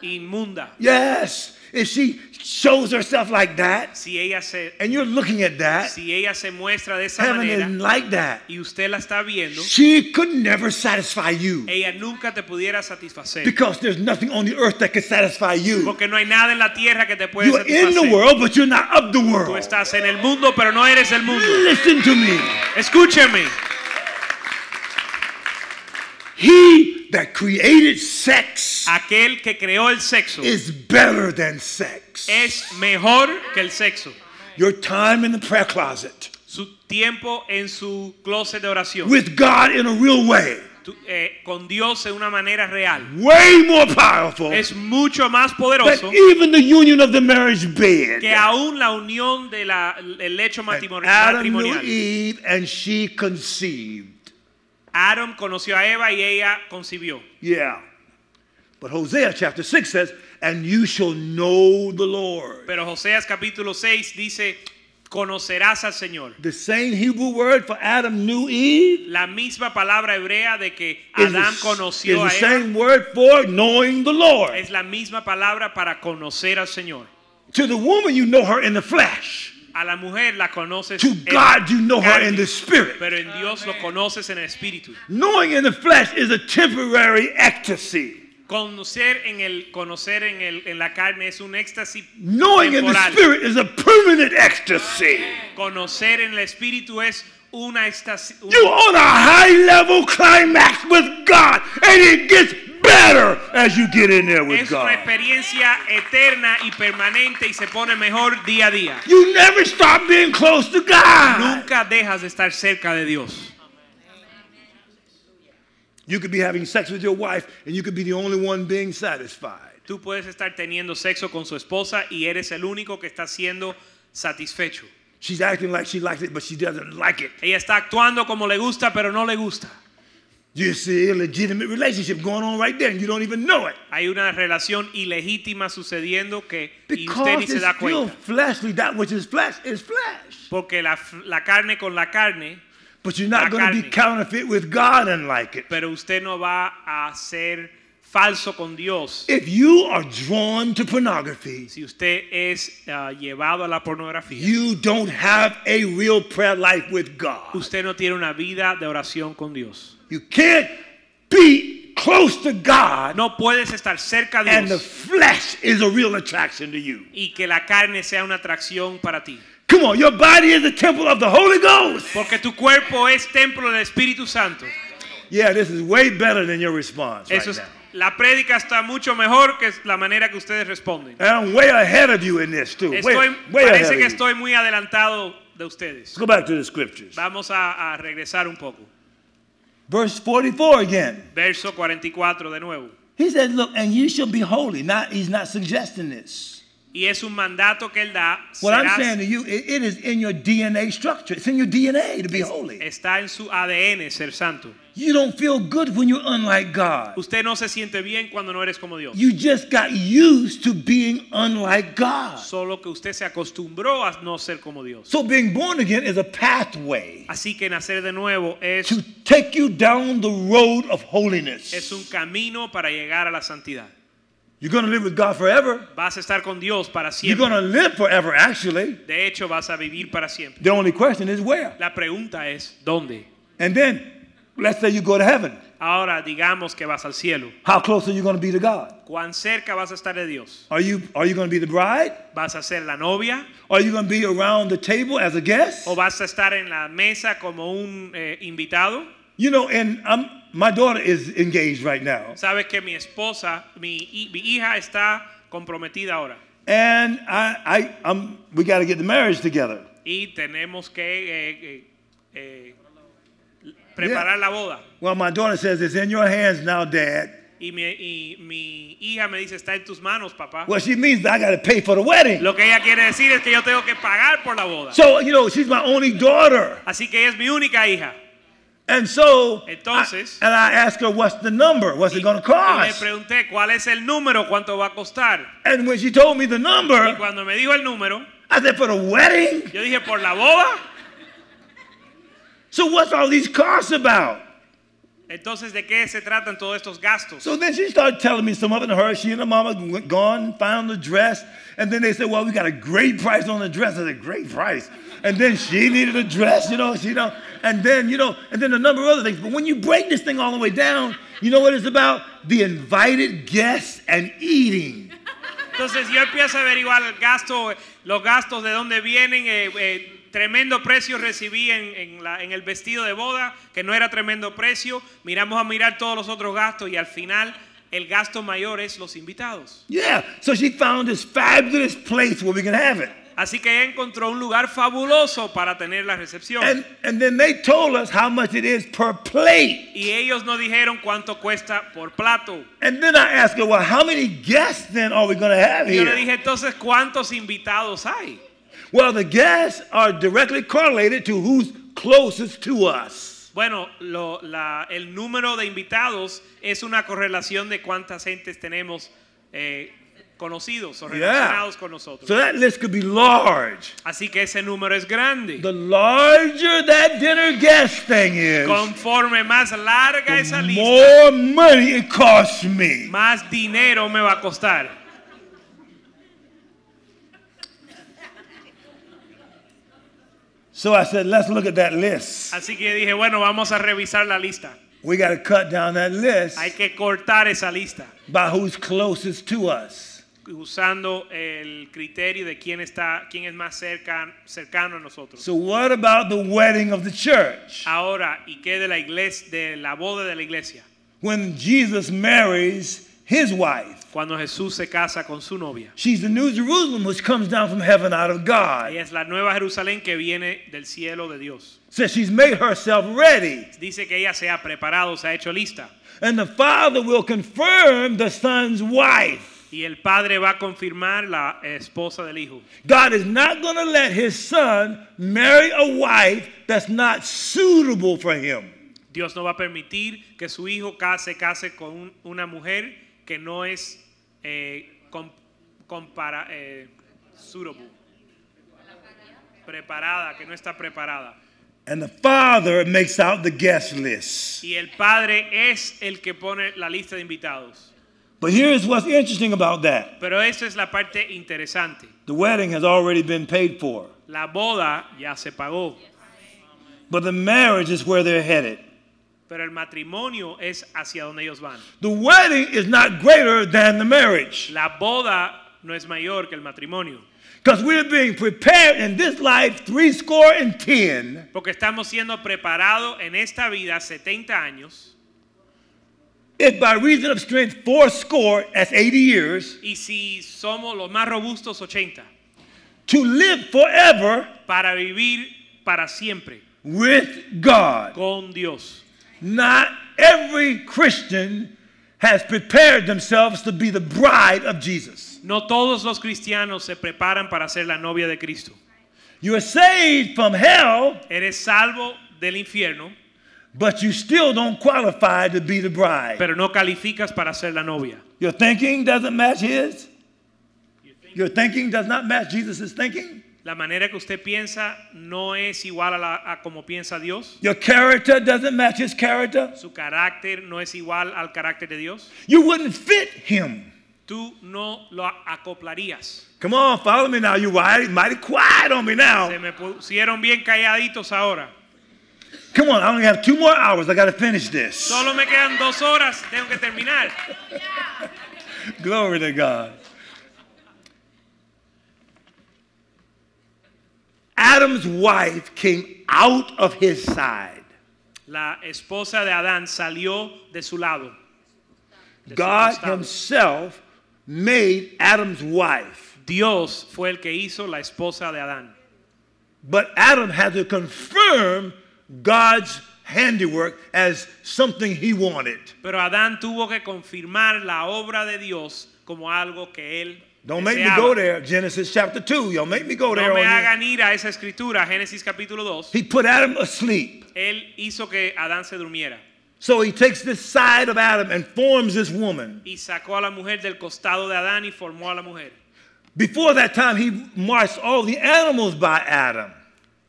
inmunda.
Yes. If she shows herself like that,
Si ella se
and you're looking at that,
si ella se muestra de esa
heaven
manera
isn't like that.
y usted la está viendo,
She could never satisfy you
ella nunca te pudiera satisfacer.
because there's nothing on the earth that can satisfy you.
Porque no hay nada en la tierra que te pueda
You're in the
satisfacer.
world, but you're not of the
Tú
world.
estás en el mundo, pero no eres del mundo.
Listen to me.
Escúcheme.
he that created sex
Aquel que creó el sexo
is better than sex.
es mejor que el sexo.
Your time in the prayer closet
Su tiempo en su closet de oración.
with God in a real way,
Tu- eh, con Dios en una manera real.
way more powerful
Es mucho más poderoso
than even the union of the marriage bed.
que aún la unión del hecho
And
matrimonial.
Adam knew
matrimonial.
Eve, and she conceived.
Adam conoció a Eva y ella concibió.
Yeah. But Hosea chapter 6 says, And you shall know the Lord.
Pero Joseas capítulo 6 dice, conocerás al Señor.
The same Hebrew word for Adam knew Eve
La misma palabra hebrea de que
is the,
Adán
s- is
conoció
the
a Eva
same word for knowing the Lord.
es la misma palabra para conocer al Señor.
To the woman, you know her in the flesh.
A la mujer la conoces
To
en
God, you know her
carne,
in the spirit.
pero en Dios lo conoces en el espíritu.
Knowing in the flesh is a temporary ecstasy.
Conocer en el conocer en el en la carne es un éxtasis
Knowing in the
temporal.
spirit is a permanent ecstasy.
Conocer en el espíritu es una éxtasis un-
You're on a high level climax with God, and it gets better as you get in there with
es una
God.
experiencia eterna y permanente y se pone mejor día a día.
You never stop being close to God.
Nunca dejas de estar cerca de Dios.
You could be having sex with your wife, and you could be the only one being satisfied.
Tú puedes estar teniendo sexo con su esposa y eres el único que está siendo satisfecho.
She's acting like she likes it, but she doesn't like it.
Ella está actuando como le gusta, pero no le gusta.
You see a legitimate relationship going on right there, and you don't even know it.
Hay una relación ilegítima sucediendo que y usted
Because
ni
it's
se da
still
cuenta.
fleshly. That which is flesh is flesh.
Porque la, f- la carne con la carne,
But you're not
La
going to be
carne.
counterfeit with God and like it.
pero usted no va a ser falso con Dios.
If you are drawn to pornography,
Si usted es ah, llevado a la pornografía,
You don't have a real prayer life with God.
usted no tiene una vida de oración con Dios.
You can't be close to God
No puedes estar cerca de
and the
Dios
flesh is a real attraction to you.
y que la carne sea una atracción para ti.
Come on, your body is the temple of the Holy Ghost.
Porque tu cuerpo es templo del Espíritu Santo.
Yeah, this is way better than your response right
Eso es,
now.
la prédica está mucho mejor que la manera que ustedes responden.
And I'm way ahead of you in this too. Way,
Estoy,
way ahead
parece
of
que
you.
estoy muy adelantado de ustedes.
Let's go back to the scriptures.
Vamos a, a regresar un poco.
Verse 44 again.
Verso 44 de nuevo.
He says, "Look, and you shall be holy." Not he's not suggesting this.
Y es un mandato que él da.
What I'm
serás-
saying to you, it- it is in your DNA structure. It's in your DNA to be holy.
está en su ADN ser santo.
You don't feel good when you're unlike God.
Usted no se siente bien cuando no eres como Dios.
You just got used to being unlike God.
Solo que usted se acostumbró a no ser como Dios.
So being born again is a pathway
Así que nacer de nuevo es,
to take you down the road of holiness.
es un camino para llegar a la santidad.
You're going to live with God forever.
Vas a estar con Dios para
You're
siempre.
going to live forever, actually.
De hecho, vas a vivir para siempre.
The only question is where.
La pregunta es, ¿dónde?
And then, let's say you go to heaven.
Ahora digamos que vas al cielo.
How close are you going to be to God?
¿Cuán cerca vas a estar de Dios?
Are you, are you going to be the bride?
¿Vas a ser la novia?
Are you going to be around the table as a guest?
¿O vas a estar en la mesa como un eh, invitado?
You know, and i my daughter is engaged right now.
Sabes que mi esposa, mi, hi- mi hija está comprometida ahora.
And I, I, i we got to get the marriage together.
Y tenemos que eh, eh, eh, preparar la boda.
Well, my daughter says, it's in your hands now, Dad.
Y mi, y mi hija me dice, está en tus manos, papá.
Well, she means that I got to pay for the wedding.
Lo que ella quiere decir es que yo tengo que pagar por la boda.
So, you know, she's my only daughter.
Así que ella es mi única hija.
And so,
Entonces-
I, and I asked her, what's the number? What's it going to
Y le
cost?
pregunté cuál es el número, cuánto va a costar.
And when she told me the
Y
number,
cuando me dijo el número,
I said, for the wedding?
yo dije, ¿por la boda?
So, what's all these costs about?
Entonces, ¿de qué se tratan todos estos gastos?
So then she started telling me some of it to her. She and her mama went gone, found the dress, and then they said, "Well, we got a great price on the dress." I said, "Great price." And then she needed a dress, you know, she you know, and then you know, and then a number of other things. But when you break this thing all the way down, you know what it's about? The invited guests and eating.
Entonces, yo empiezo a averiguar el gasto, los gastos, de dónde vienen, eh, eh, Tremendo precio recibí en, en la- en el vestido de boda, que no era tremendo precio. Miramos a mirar todos los otros gastos y al final el gasto mayor es los invitados.
Yeah, so she found this fabulous place where we can have it.
Así que ella encontró un lugar fabuloso para tener la recepción.
And, and then they told us how much it is per plate.
y ellos no dijeron cuánto cuesta por plato.
And then I asked her, well, how many guests then are we going to have
Y yo
here?
le dije, entonces, ¿cuántos invitados hay?
Well, the guests are directly correlated to who's closest to us.
Bueno, lo- la- el número de invitados es una correlación de cuántas gentes tenemos eh, conocidos o
Yeah.
relacionados con nosotros.
So that list could be large.
Así que ese número es grande.
The larger that dinner guest thing is,
Conforme más larga esa
the
lista,
more money it costs me.
más dinero me va a costar.
So I said, let's look at that list.
Así que dije, bueno, vamos a revisar la lista.
We got to cut down that list
Hay que cortar esa lista
by who's closest to us.
usando el criterio de quién está, quién es más cerca, cercano a nosotros.
So what about the wedding of the church?
Ahora, ¿y qué de la iglesia, de la boda de la iglesia?
When Jesus marries his wife,
Cuando Jesús se casa con su novia.
she's the new Jerusalem which comes down from heaven out of
Ella
God.
es la nueva Jerusalén que viene del cielo de Dios.
Says she's made herself ready.
Dice que ella se ha preparado, se ha hecho lista.
And the father will confirm the son's wife.
Y el padre va a confirmar la esposa del hijo.
God is not going to let his son marry a wife that's not suitable for him.
Dios no va a permitir que su hijo case, case con un- una mujer que no es eh, com- compara- eh, suitable. preparada, que no está preparada.
And the father makes out the guest list.
Y el padre es el que pone la lista de invitados.
But here's what's interesting about that
Pero esa es la parte interesante.
the wedding has already been paid for,
La boda ya se pagó,
but the marriage is where they're headed.
pero el matrimonio es hacia donde ellos van.
The wedding is not greater than the marriage
La boda no es mayor que el matrimonio,
because we're being prepared in this life three score and ten
porque estamos siendo preparados en esta vida 70 años
if by reason of strength four score that's 80 years
y si somos los más robustos 80
to live forever
para vivir para siempre
with God.
con Dios.
Not every Christian has prepared themselves to be the bride of Jesus.
No todos los cristianos se preparan para ser la novia de Cristo.
You are saved from hell,
Eres salvo del infierno,
but you still don't qualify to be the bride.
pero no calificas para ser la novia.
Your thinking doesn't match his. Your thinking does not match Jesus' thinking.
La manera que usted piensa no es igual a, la- a como piensa Dios.
Your character doesn't match his character.
Su carácter no es igual al carácter de Dios.
You wouldn't fit him.
Tú no lo acoplarías.
Come on, follow me now. You mighty, mighty quiet on me
Se
now.
me pusieron bien calladitos ahora.
Come on, I only have two more hours. I got to finish this.
Solo me quedan dos horas. Tengo que terminar.
Glory to God. Adam's wife came out of his side.
La esposa de Adán salió de su lado. de su
God
costado.
himself made Adam's wife.
Dios fue el que hizo la esposa de Adán.
But Adam had to confirm God's handiwork as something he wanted.
Pero Adán tuvo que confirmar la obra de Dios como algo que él
Don't make me
deseaba.
go there. Genesis chapter 2. Y'all make me go there.
No me
on you.
hagan ir a esa escritura, Génesis capítulo 2.
He put Adam asleep.
Él hizo que Adán se durmiera
So he takes this side of Adam and forms this woman.
y sacó a la mujer del costado de Adán y formó a la mujer.
Before that time, he marched all the animals by Adam.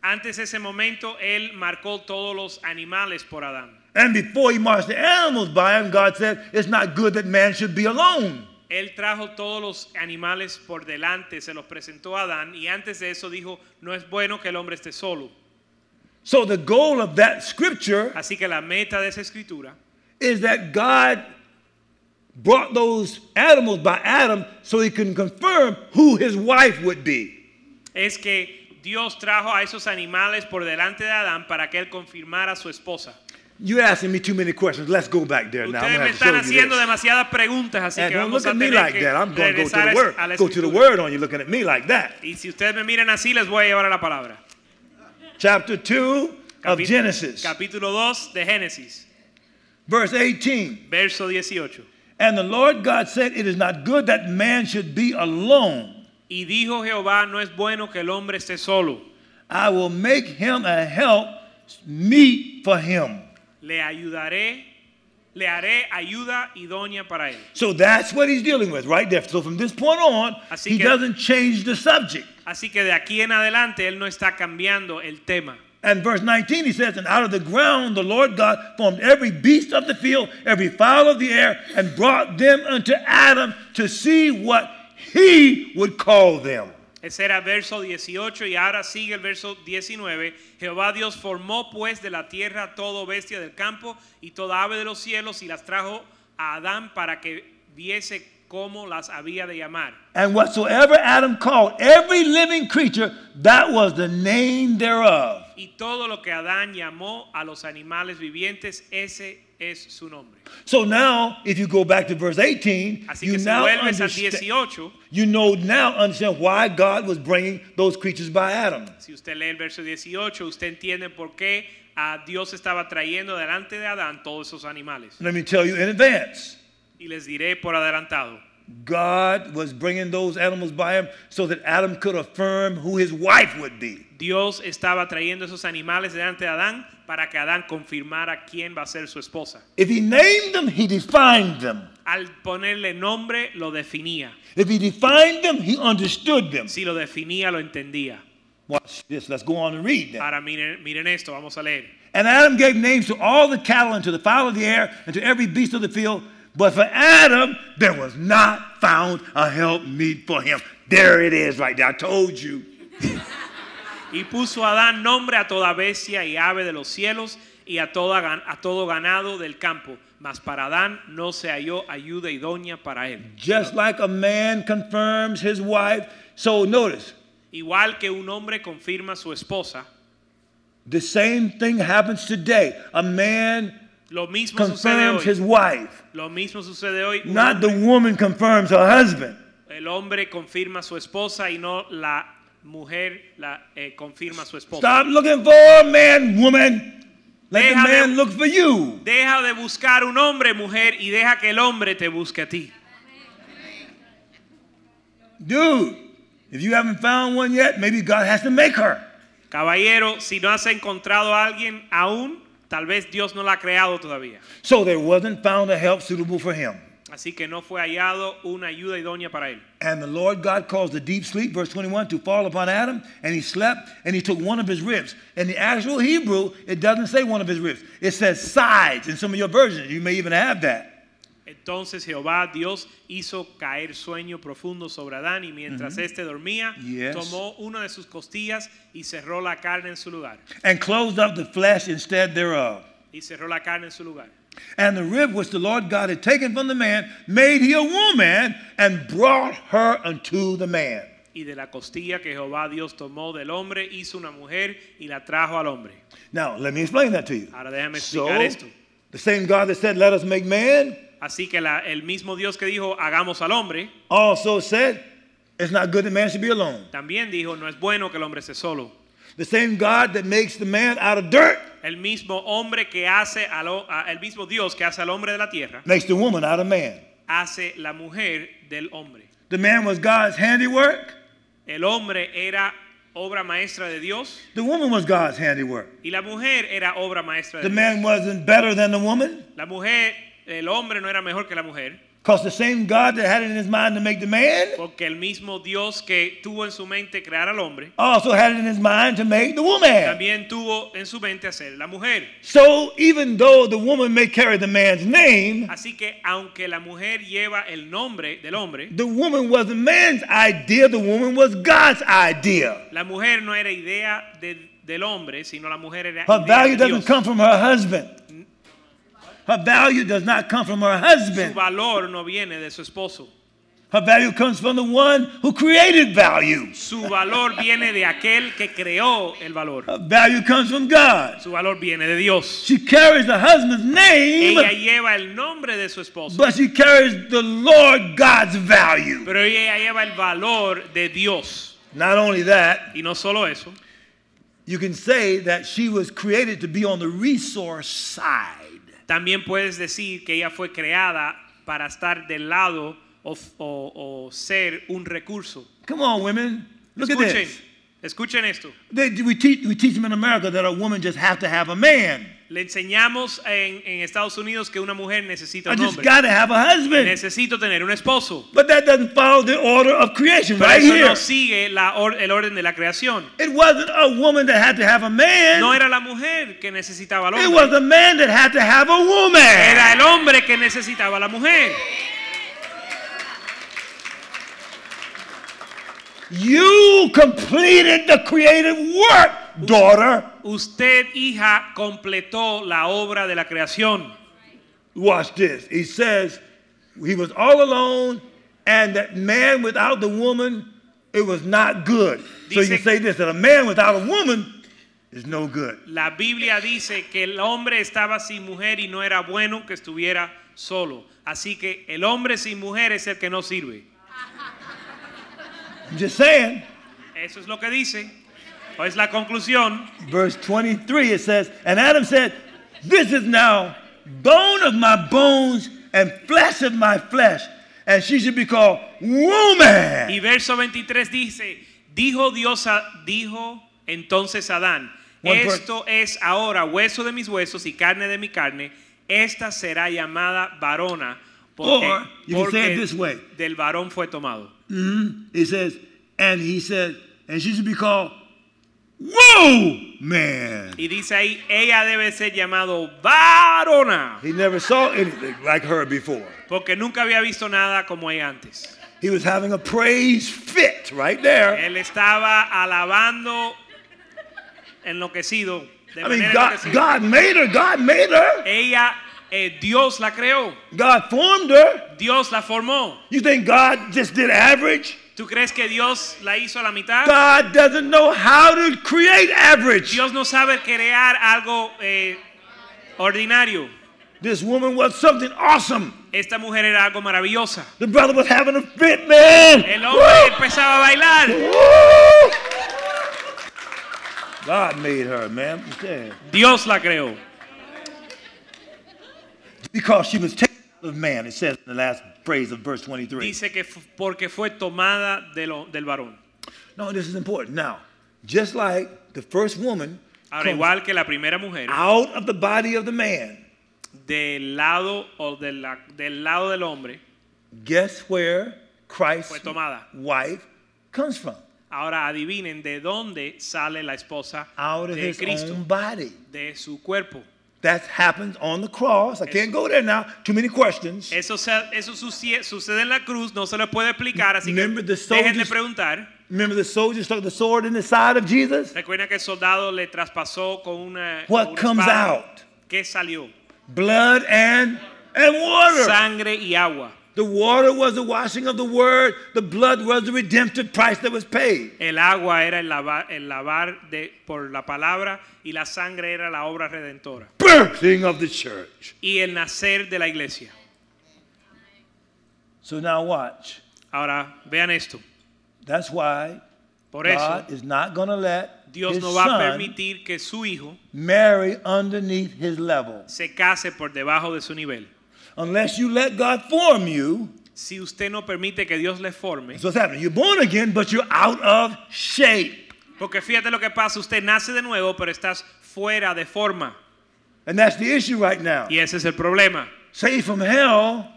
Antes de ese momento, él marcó todos los animales por Adán.
And before he marched the animals by him, God said, It's not good that man should be alone.
Él trajo todos los animales por delante, se los presentó a Adán y antes de eso dijo, no es bueno que el hombre esté solo.
So the goal of that scripture
Así que la meta de esa escritura
is that God brought those animals by Adam so he can confirm who his wife would be.
es que Dios trajo a esos animales por delante de Adán para que él confirmara a su esposa.
You're asking me too many questions. Let's go back there now. I'm
Ustedes
going to
me
show
están
you
haciendo
this.
demasiadas preguntas, así
And
que
don't
vamos
look
a
at me
tener
like
que
that. I'm going to go to
regresar
the
a-
word.
a la
Go to the
escritura.
word on you looking at me like that.
Y si ustedes me miran así, les voy a llevar a la palabra.
Chapter 2 of
Capi-
Genesis,
Capítulo 2 de Génesis,
verse 18.
verso 18.
And the Lord God said, It is not good that man should be alone.
Y dijo Jehová, no es bueno que el hombre esté solo.
I will make him a help meet for him.
Le ayudaré, le haré ayuda idónea para él.
So that's what he's dealing with right there. So from this point on,
Así
he
que-
doesn't change the subject.
Así que de aquí en adelante él no está cambiando el tema.
And verse 19, he says, And out of the ground the Lord God formed every beast of the field, every fowl of the air, and brought them unto Adam to see what he would call them.
Ese era verso 18 y ahora sigue el verso 19. Jehová Dios formó pues de la tierra todo bestia del campo y toda ave de los cielos y las trajo a Adán para que viese cómo las había de llamar.
And whatsoever Adam called every living creature, that was the name thereof.
Y todo lo que Adán llamó a los animales vivientes, ese es su nombre.
So now, if you go back to verse 18,
Así
you
que si
now
vuelves al
understand,
18,
you know now understand why God was bringing those creatures by Adam.
si usted lee el verso 18, usted entiende por qué a Dios estaba trayendo delante de Adán todos esos animales.
Let me tell you in advance.
Y les diré por adelantado.
God was bringing those animals by him so that Adam could affirm who his wife would be.
Dios estaba trayendo esos animales delante de Adán para que Adán confirmara quién va a ser su esposa.
If he named them, he defined them.
Al ponerle nombre lo definía.
If he defined them, he understood them.
Si lo definía, lo entendía.
Watch this. Let's go on and read them.
Ahora miren, miren esto, vamos a leer.
And Adam gave names to all the cattle and to the fowl of the air and to every beast of the field. But for Adam, there was not found a help meet for him. There it is right there. I told you.
Y puso Adán nombre a toda bestia y ave de los cielos y a, toda, gan- a todo ganado del campo. Mas para Adán no se halló ayuda idónea para él.
Just like a man confirms his wife. So notice,
Igual que un hombre confirma a su esposa,
the same thing happens today. A man
lo mismo sucede
confirms his
hoy.
wife,
Lo mismo sucede hoy. Un
not the woman confirms her husband.
El hombre confirma a su esposa y no la mujer la eh, confirma a su esposa.
Stop looking for a man, woman. Let the
Deja de-
man look for you.
Deja de buscar un hombre, mujer, y deja que el hombre te busque a ti.
Dude, if you haven't found one yet, maybe God has to make her.
Caballero, si no has encontrado a alguien aún, tal vez Dios no la ha creado todavía.
So there wasn't found a help suitable for him.
Así que no fue hallado una ayuda idónea para él.
And the Lord God caused the deep sleep, verse 21, to fall upon Adam, and he slept, and he took one of his ribs. In the actual Hebrew, it doesn't say one of his ribs, it says sides. In some of your versions, you may even have that.
Entonces Jehová Dios hizo caer sueño profundo sobre Adán y mientras éste dormía,
Yes.
tomó una de sus costillas y cerró la carne en su lugar.
And closed up the flesh instead thereof.
Y cerró la carne en su lugar.
And the rib which the Lord God had taken from the man made he a woman and brought her unto the man.
Y de la costilla que Jehová Dios tomó del hombre, hizo una mujer y la trajo al hombre.
Now, let me explain that to you.
Ahora déjame
So,
explicar esto.
the same God that said, Let us make man,
Así que la- el mismo Dios que dijo, hagamos al hombre,
also said, It's not good that man should be alone.
también dijo, no es bueno que el hombre esté solo.
The same God that makes the man out of dirt
El mismo hombre que hace al ho- a- el mismo Dios que hace al hombre de la tierra,
makes the woman out of man.
hace la mujer del hombre.
The man was God's handiwork,
El hombre era obra maestra de Dios
the woman was God's handiwork.
y la mujer era obra maestra de
The
Dios.
man wasn't better than the woman,
La mujer, el hombre no era mejor que la mujer,
because the same God that had it in his mind to make the man
porque el mismo Dios que tuvo en su mente crear al hombre,
also had it in his mind to make the woman.
también tuvo en su mente hacer la mujer.
So even though the woman may carry the man's name,
Así que aunque la mujer lleva el nombre del hombre,
the woman wasn't man's idea, the woman was God's idea.
la mujer no era idea de- del hombre, sino la mujer era
Her
idea
value
de
doesn't
Dios.
come from her husband. Her value does not come from her
Su
husband.
valor no viene de su esposo.
Her value comes from the one who created value.
Su valor viene de aquel que creó el valor.
Her value comes from God.
Su valor viene de Dios.
She carries the husband's
Ella
name,
lleva el nombre de su esposo,
but she carries the Lord God's value.
pero ella lleva el valor de Dios.
Not only that,
Y no solo eso,
you can say that she was created to be on the resource side.
también puedes decir que ella fue creada para estar del lado o, o- o ser un recurso.
Come on, women. Look at
Escuchen,
this.
escuchen esto.
They, we, teach, we teach them in America that a woman just have to have a man.
Le enseñamos en, en Estados Unidos que una mujer necesita
I
un
just
hombre.
got to have a husband.
Necesito tener un esposo.
But that doesn't follow the order of creation
Pero
right
eso
here.
no sigue la or- el orden de la creación.
It wasn't a woman that had to have a man.
No era la mujer que necesitaba al
It was
hombre.
a man that had to have a woman.
Era el hombre que necesitaba a la mujer.
You completed the creative work, daughter.
Usted, hija, completó la obra de la creación.
Watch this. He says he was all alone and that man without the woman, it was not good. So you
Dice-
can say this, that a man without a woman is no good.
La Biblia dice que el hombre estaba sin mujer y no era bueno que estuviera solo. Así que el hombre sin mujer es el que no sirve.
I'm just saying.
Eso es lo que dice. O es la conclusión.
Verse 23, it says, And Adam said, This is now bone of my bones and flesh of my flesh, and she should be called
Y
woman.
verso 23 dice, dijo Dios, a- dijo entonces Adán,
One per-
esto es ahora hueso de mis huesos y carne de mi carne, esta será llamada varona, porque,
Or, you can say it this way.
del varón fue tomado.
It says, And he said, And she should be called woman.
Y dice ahí, ella debe ser llamado varona,
He never saw anything like her before.
porque nunca había visto nada como ella antes.
He was having a praise fit right there.
Él estaba alabando enloquecido. De
I mean,
manera
God,
enloquecida.
God made her. God made her.
Ella, eh, Dios la creó,
God formed her.
Dios la formó.
You think God just did average?
¿Tú crees que Dios la hizo a la mitad?
God doesn't know how to create average.
Dios no sabe crear algo eh, ordinario.
This woman was something awesome.
Esta mujer era algo maravillosa.
The brother was having a fit, man.
El hombre empezaba a bailar.
Woo! Woo! God made her, man. I'm saying.
Dios la creó.
Because she was taken out of man, it says in the last phrase of verse 23.
Dice que fu- porque fue tomada de lo- del varón.
No, this is important. Now, just like the first woman
Ahora,
comes
igual que la primera mujer,
out of the body of the man,
del lado, o de la- del lado del hombre,
guess where Christ's
Fue tomada.
wife comes from?
ahora adivinen de dónde sale la esposa
Out of
de
his
Cristo,
own body.
de su cuerpo.
That happens on the cross. I can't go there now. Too many questions.
Eso, se- eso sucie- sucede en la cruz, no se lo puede explicar, así que
Remember the
dejen de
soldiers-
preguntar.
Remember the soldier stuck the sword in the side of Jesus?
Recuerda que el soldado le traspasó con una.
What
con una
comes
espada.
out?
¿Qué salió?
Blood and and water.
Sangre y agua.
The water was the washing of the word. The blood was the redemptive price that was paid.
El agua era el lavar, el lavar de, por la palabra y la sangre era la obra redentora.
Birthing of the church.
Y el nacer de la iglesia.
So now watch.
Ahora, vean esto.
That's why
Por eso,
God is not going to let
Dios
his
no va a
son
permitir que su hijo
marry underneath his level.
se case por debajo de su nivel.
Unless you let God form you.
Si usted no permite que Dios le forme,
That's what's happening. You're born again, but you're out of shape.
Porque fíjate lo que pasa, usted nace de nuevo, pero estás fuera de forma.
And that's the issue right now.
Y ese es el problema.
Saved from hell.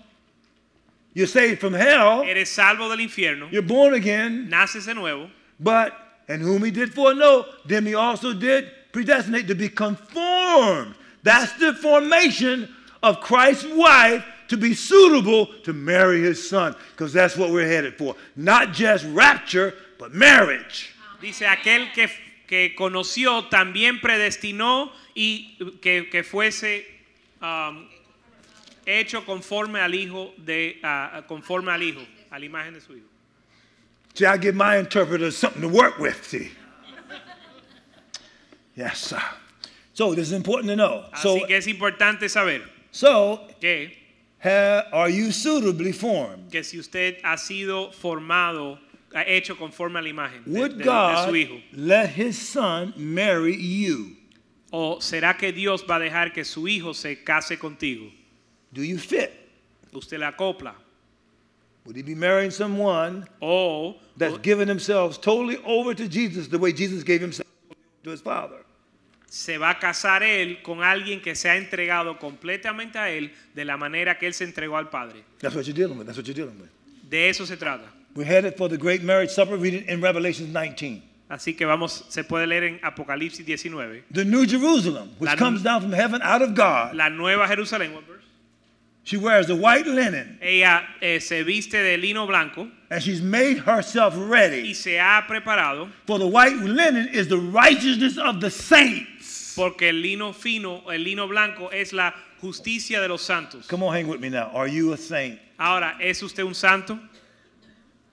You're saved from hell.
Eres salvo del infierno,
You're born again.
naces de nuevo,
But, and whom he did foreknow, them he also did predestinate to be conformed. That's the formation of Christ's wife to be suitable to marry his son. Because that's what we're headed for. Not just rapture, but marriage.
dice aquel que, que conoció también predestinó y que, que fuese um, hecho conforme al hijo de ah, conforme al hijo a la imagen de su hijo.
See, I give my interpreter something to work with, see. Yes, sir. So this is important to know. So,
Así que es importante saber
so
que,
ha- are you suitably formed?
que si usted ha sido formado, ha hecho conforme a la imagen de, de-
Would
de
God
su hijo,
let his son marry you?
o será que Dios va a dejar que su hijo se case contigo,
Do you fit?
usted la acopla,
Would he be marrying someone
o,
that's
o
given themselves totally over to Jesus the way Jesus gave himself to his father?
se va a casar él con alguien que se ha entregado completamente a él de la manera que él se entregó al Padre.
That's what you're dealing with. That's what you're dealing with.
De eso se trata.
We're headed for the great marriage supper. Read it in Revelation 19.
Así que vamos, se puede leer en Apocalipsis 19.
The New Jerusalem, which
La nu-
comes down from heaven out of God,
La nueva Jerusalén. what verse?
she wears the white linen
Ella eh, se viste de lino blanco
and she's made herself
y
ready.
se ha preparado
For the white linen is the righteousness of the saints.
porque el lino fino, el lino blanco es la justicia de los santos.
Come on, hang with me now. Are you a saint?
Ahora, ¿es usted un santo?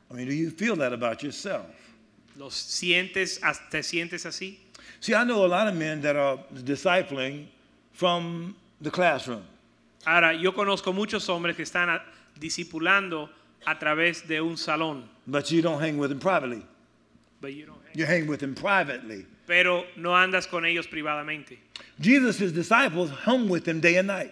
I mean, do you feel that about yourself?
¿Los sientes, as- te sientes así?
See, I know a lot of men that are discipling from the classroom.
Ahora, yo conozco muchos hombres que están a- discipulando a través de un salón,
But you don't hang with them privately.
but you don't-
You hang with them privately.
pero no andas con ellos privadamente.
Jesus' his disciples hung with them day and night.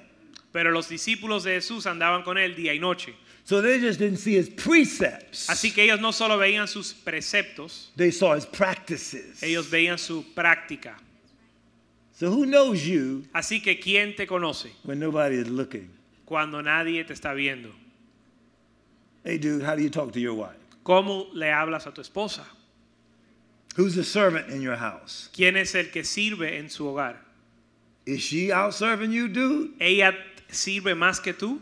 Pero los discípulos de Jesús andaban con él día y noche.
So they just didn't see his precepts.
Así que ellos no solo veían sus preceptos,
they saw his practices.
ellos veían su práctica.
so who knows you
Así que ¿quién te conoce
when nobody is looking?
cuando nadie te está viendo?
Hey dude, how do you talk to your wife?
¿Cómo le hablas a tu esposa?
Who's the servant in your house?
¿Quién es el que sirve en su hogar?
Is she out serving you, dude?
¿Ella sirve más que tú?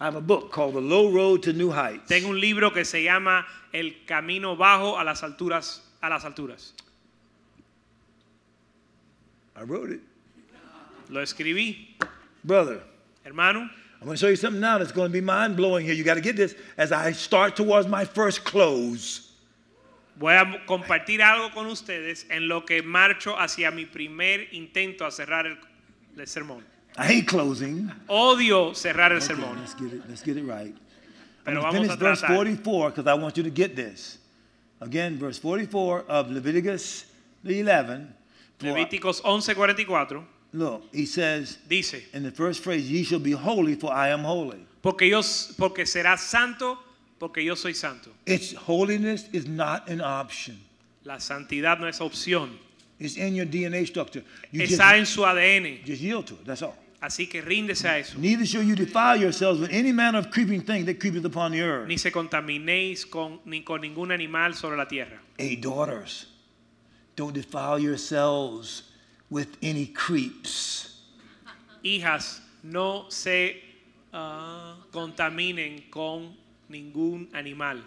I have a book called The Low Road to New Heights.
Tengo un libro que se llama El camino bajo a las alturas, a las alturas.
I wrote it.
Lo escribí,
Brother,
hermano.
I'm going to show you something now that's going to be mind blowing here. You got to get this as I start towards my first close.
Voy a compartir algo con ustedes en lo que marcho hacia mi primer intento a cerrar el, el sermón.
I hate closing.
Odio cerrar el
Okay,
sermón,
let's get it. Let's get it right. I'm
Pero
going to finish
vamos a
verse
tratar.
44 because I want you to get this. Again, verse 44 of Leviticus the 11. For-
Levíticos 11:44
Look, he says
dice,
in the first phrase, "Ye shall be holy, for I am holy."
porque yo porque serás santo, porque yo soy santo.
It's holiness is not an option.
La santidad no es opción,
It's in your DNA structure. You
está
just,
en su ADN,
just yield to it. That's all.
así que ríndese a eso.
Neither shall you defile yourselves with any manner of creeping thing that creepeth upon the earth.
Ni se contaminéis con ni con ningún animal sobre la tierra.
Hey, daughters, don't defile yourselves with any creeps.
Hijas, no se ah, contaminen con ningún animal.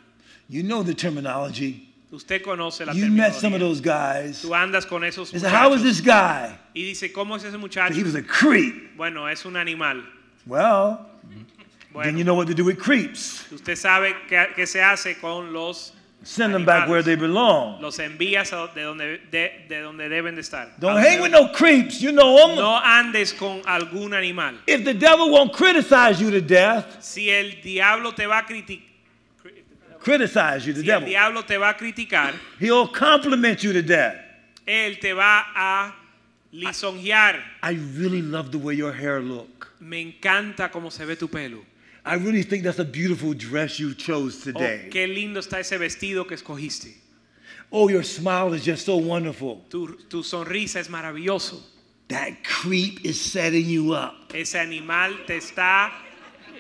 You know the terminology.
Usted conoce la
You met
terminología.
some of those guys.
Tú andas con esos
They said, How is
muchachos
this guy?
y dice, ¿cómo es ese muchacho?
He was a creep.
Bueno, es un animal.
Well, then
Bueno,
you know what to do with creeps.
usted sabe qué, qué se hace con los
Send them back where they belong.
los envías a de donde de, de donde deben de estar.
Don't
A
hang
donde-
with no creeps. You know them.
no andes con algún animal.
If the devil won't criticize you to death,
Si el diablo te va a criticar,
criticize you to
si el
devil.
diablo te va a criticar,
He'll compliment you to death.
él te va a lisonjear.
I really love the way your hair look.
Me encanta cómo se ve tu pelo.
I really think that's a beautiful dress you chose
Oh,
today.
qué lindo está ese vestido que escogiste.
Oh, your smile is just so wonderful.
Tu, tu sonrisa es maravilloso.
That creep is setting you up.
Ese animal te está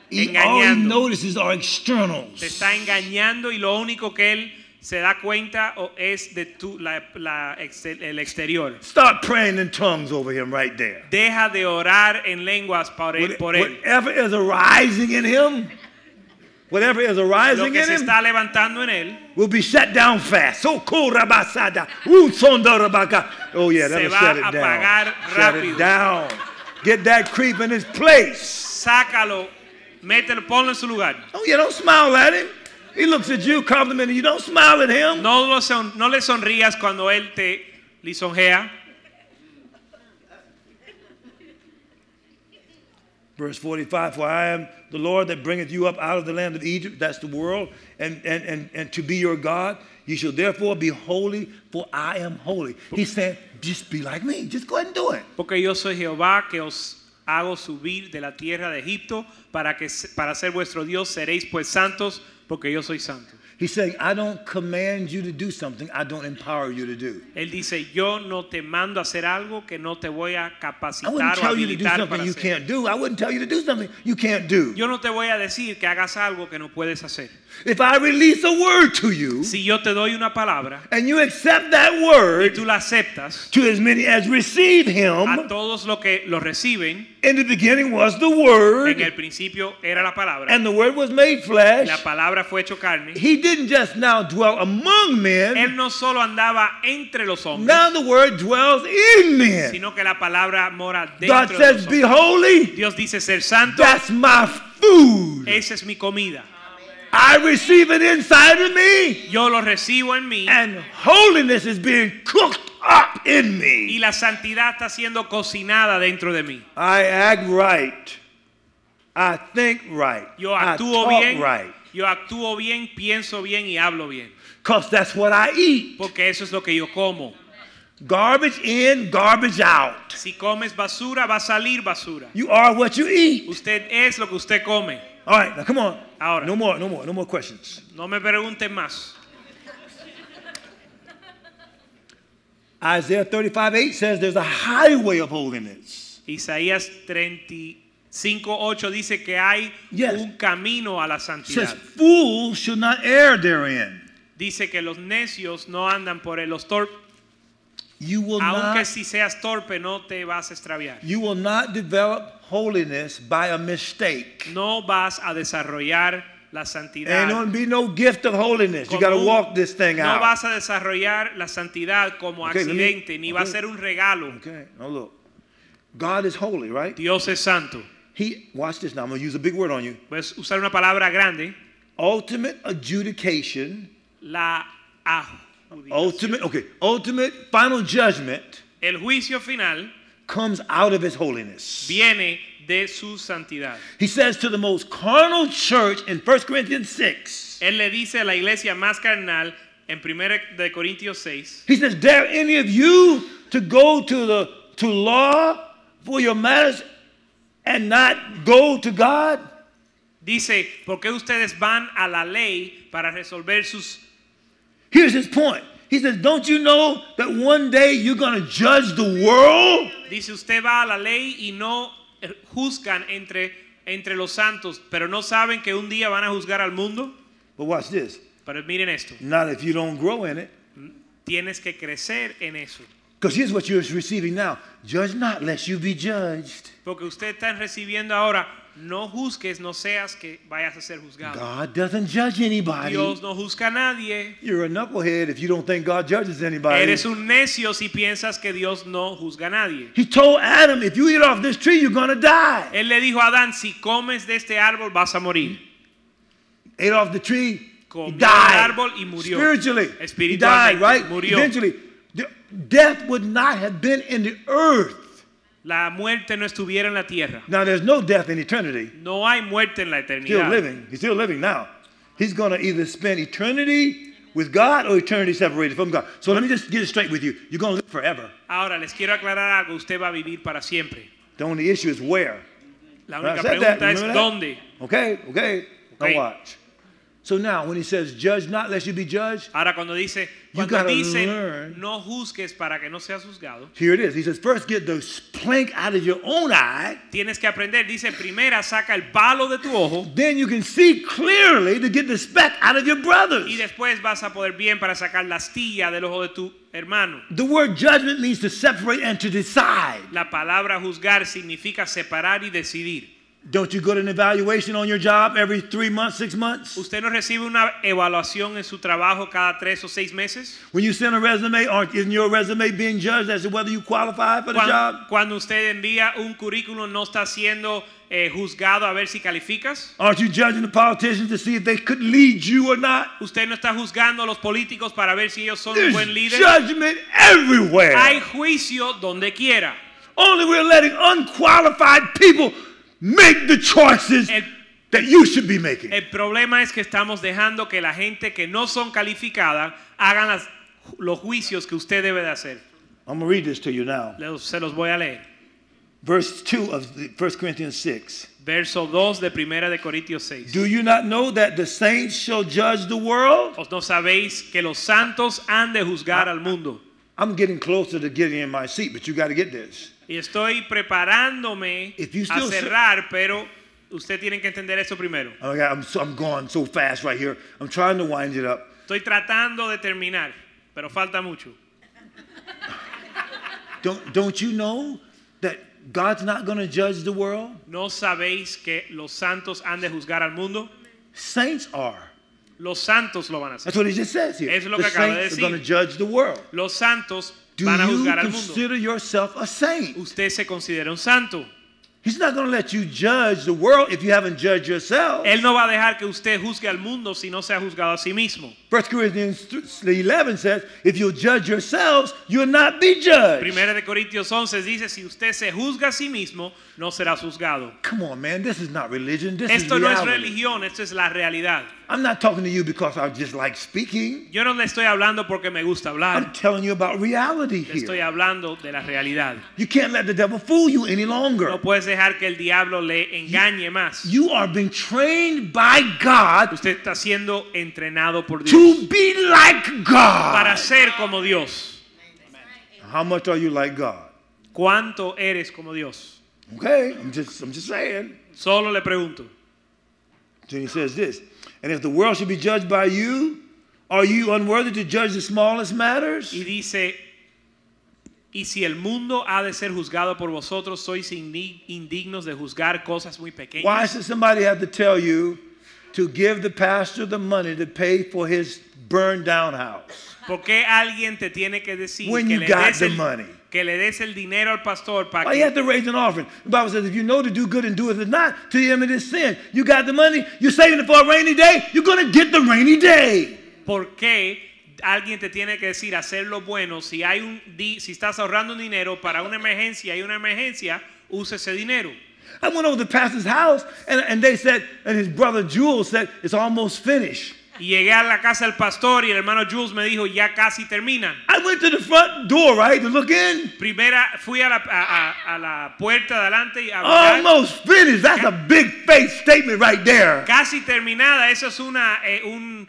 He, all he
Engañando.
notices are externals.
te está engañando y lo único que él se da cuenta o es de tu, la- la exte- el exterior.
Start praying in tongues over him right there.
Deja de orar en lenguas por él.
What-
por él.
whatever is arising in him, whatever is
Lo
arising
que
in
se
him,
está levantando en él
will be shut down fast. So cool, rabasada. Woo, sonda, rabaka. Oh yeah,
Se
that'll
va
shut
a
it
apagar
down. Shut it
rápido.
down. Get that creep in his place.
sácalo, Mételo, ponlo en su lugar.
Oh, yeah, don't smile at him. He looks at you, complimenting you. Don't smile at him.
No, lo son- no le sonrías cuando él te lisonjea.
Verse 45 For I am the Lord that bringeth you up out of the land of Egypt, that's the world, and, and, and, and to be your God. You shall therefore be holy, for I am holy. He's saying, just be like me. Just go ahead and do it.
Porque yo soy Jehová que os hago subir de la tierra de Egipto para, que, se- para ser vuestro Dios. Seréis pues santos porque yo soy santo.
He's saying, I don't command you to do something I don't empower you to do.
Él dice, yo no te mando a hacer algo que no te voy a
I wouldn't
capacitar o
tell you to do
habilitar
something
para
you
hacer.
can't do. I wouldn't tell you to do something you can't do.
Yo no te voy a decir que hagas algo que no puedes hacer.
If I release a word to you
Si yo te doy una palabra
and you accept that
y
word
tú la aceptas,
to as many as receive
a
him,
todos los que lo reciben,
in the beginning was the
en
word,
el principio era la palabra,
and the word was made flesh.
la palabra fue hecho carne,
He didn't just now dwell among
él
men,
no solo andaba entre los hombres,
now the word dwells in men.
sino que la palabra mora
God
dentro de los
says, Be
hombres.
holy,
Dios dice ser santo,
that's my food.
esa es mi comida.
I receive it inside of me.
Yo lo recibo en mí
and holiness is being cooked up in
y
me.
la santidad está siendo cocinada dentro de mí.
I act right. I think right.
Yo
I
actúo
Ah, talk
bien,
right.
yo actúo bien, pienso bien y hablo bien,
Because that's what I eat.
porque eso es lo que yo como.
Garbage in, garbage out.
Si comes basura, va a salir basura.
You are what you eat.
Usted es lo que usted come.
All right, now come on.
Ahora.
No more, no more, no more questions.
No me pregunten más.
Isaiah 35 8 says there's a highway of holiness.
Isaías 35, 8 dice que hay
Yes.
un camino a la
It says,
santidad.
fools shall not err therein.
Dice que los necios no andan por él. Los tor-
You will
Aunque
not,
si seas torpe, no te vas a extraviar.
you will not develop holiness by a mistake.
No vas a desarrollar la
Ain't
santidad.
gonna be Eh, no gift of holiness. You
como
gotta
un-
walk this thing
no
out.
vas a desarrollar la santidad como
Okay, let me-
accidente, ni va a
okay.
ser un regalo.
Okay, now look. God is holy, right?
Dios es santo.
He watch this now. I'm gonna use a big word on you.
Pues usar una palabra grande,
Ultimate adjudication.
la adjudicación.
Ultimate okay, ultimate final judgment
El juicio final
comes out of his holiness.
viene de su santidad.
He says to the most carnal church in 1 Corinthians 6.
Él le dice a la iglesia más carnal en 1 de Corintios 6,
He says, Dare any of you to go to the to law for your matters and not go to God?
dice, ¿por qué ustedes van a la ley para resolver sus
Here's his point. He says, Don't you know that one day you're going to judge the world?
Dice usted va a la ley y no eh, juzgan entre, entre los santos, pero no saben que un día van a juzgar al mundo.
But watch this.
Pero miren esto,
Not if you don't grow in it.
tienes que crecer en eso,
Because here's what you're receiving now Judge not, lest you be judged.
porque usted está recibiendo ahora, no juzgues, no seas que vayas a ser juzgado.
God doesn't judge anybody.
Dios no juzga a nadie.
You're a knucklehead if you don't think God judges anybody.
Eres un necio si piensas que Dios no juzga a nadie.
He told Adam, If you eat off this tree, you're going to die.
Él le dijo a Adán, si comes de este árbol vas a morir.
Ate off the tree,
Comió
he
del
died.
árbol y murió.
Spiritually, he died,
Espiritualmente,
right?
murió.
Eventually, de- death would not have been in the earth.
La muerte no estuviera en la tierra.
Now there's no death in eternity.
No hay muerte en la
Still
eternidad.
living. He's still living now. He's going to either spend eternity with God or eternity separated from God. So let me just get it straight with you. You're going to live forever.
Ahora les quiero aclarar algo, usted va a vivir para siempre.
The only issue is where.
La
And I
única
said that,
pregunta es
remember that?
dónde.
Okay, okay.
Okay.
Now watch. So now when he says, judge not lest you be judged,
Ahora cuando dice,
You
cuando
gotta
dice
learn.
no juzgues para que no seas juzgado,
here it is. He says, first get the plank out of your own eye.
tienes que aprender, dice, primera saca el palo de tu ojo
Then you can see clearly to get the speck out of your
y
brother's.
después vas a poder bien para sacar la astilla del ojo de tu hermano.
The word judgment means to separate and to decide.
La palabra juzgar significa separar y decidir.
Don't you get an evaluation on your job every three months, six months?
¿Usted no recibe una evaluación en su trabajo cada tres o seis meses?
When you send a resume, aren't, isn't your resume being judged as to whether you qualify for the
Cuan-
job?
Cuando, usted envía un currículum no está siendo eh, juzgado a ver si calificas.
Aren't you judging the politicians to see if they could lead you or not?
Usted no está juzgando a los políticos para ver si ellos son un
There's
buen líder.
judgment everywhere.
Hay juicio donde quiera.
Only we're letting unqualified people make the choices
El-
that you should be making.
El problema es que estamos dejando que la gente que no son calificada hagan las- los juicios que usted debe de hacer.
I'm going to read this to you now.
Los- se los voy a leer.
Verse 2 of the- 1 Corinthians 6.
Verso 2 de Primera de Corintios 6.
Do you not know that the saints shall judge the world?
¿Os no sabéis que los santos han de juzgar al mundo?
I'm getting closer to getting in my seat, but you got to get this.
Y estoy preparándome
If you
a
still-
cerrar, pero usted tiene que entender eso primero.
Oh my God, I'm, so, I'm going so fast right here. I'm trying to wind it up.
Estoy tratando de terminar, pero falta mucho.
Don't, don't you know that God's not going to judge the world?
¿No sabéis que los santos han de juzgar al mundo?
Saints are.
Los santos lo van a hacer.
That's what he just says here.
Es lo
the
que acaba de
saints
decir.
are going to judge the world.
Los santos
Do
van a
you
juzgar al mundo.
consider yourself a saint?
Usted se considera un santo.
He's not going to let you judge the world if you haven't judged yourself.
Él no va a dejar que usted juzgue al mundo si no se ha juzgado a sí mismo.
First Corinthians th- 11 says, if you'll judge yourselves, you'll not be judged.
Primera de Corintios 11 dice, si usted se juzga a sí mismo, no será juzgado.
Come on, man. This is not religion. This
Esto
is
no es
reality.
religión, esto es la realidad.
I'm not talking to you because I just like speaking.
Yo no le estoy hablando porque me gusta
I'm
hablar,
telling you about reality
le estoy
here.
hablando de la realidad.
You can't let the devil fool you any longer.
No puedes dejar que el diablo le engañe más.
You are being trained by God
Usted está siendo entrenado por Dios
to be like God.
para ser como Dios.
How much are you like God?
¿Cuánto eres como Dios?
Okay, I'm just I'm just saying.
Solo le pregunto.
Then he says this, and if the world should be judged by you, are you unworthy to judge the smallest matters?
Y dice, y si el mundo ha de ser juzgado por vosotros, sois indi- indignos de juzgar cosas muy pequeñas.
Why should somebody have to tell you to give the pastor the money to pay for his burned down house?
¿Por qué alguien te tiene que decir
When
que
you
le,
got
des
the
el,
money.
que le des el dinero al pastor para
Why you
que
have to raise an offering? The Bible says, if you know to do good and do it not, to him it is sin. You got the money, you're saving it for a rainy day, you're gonna get the rainy day.
¿Por qué alguien te tiene que decir hacer lo bueno? Si hay un di- si estás ahorrando un dinero para una emergencia y una emergencia, usa ese dinero.
I went over to the pastor's house and, and they said, and his brother Jules said, it's almost finished.
Y llegué a la casa del pastor y el hermano Jules me dijo, ya casi termina.
I went to the front door, right, to look in.
Primera fui a la, a- a- a la puerta de adelante y a
Oh,
mirar.
Almost finished. That's a big faith statement right there.
casi terminada. Eso es una eh, un,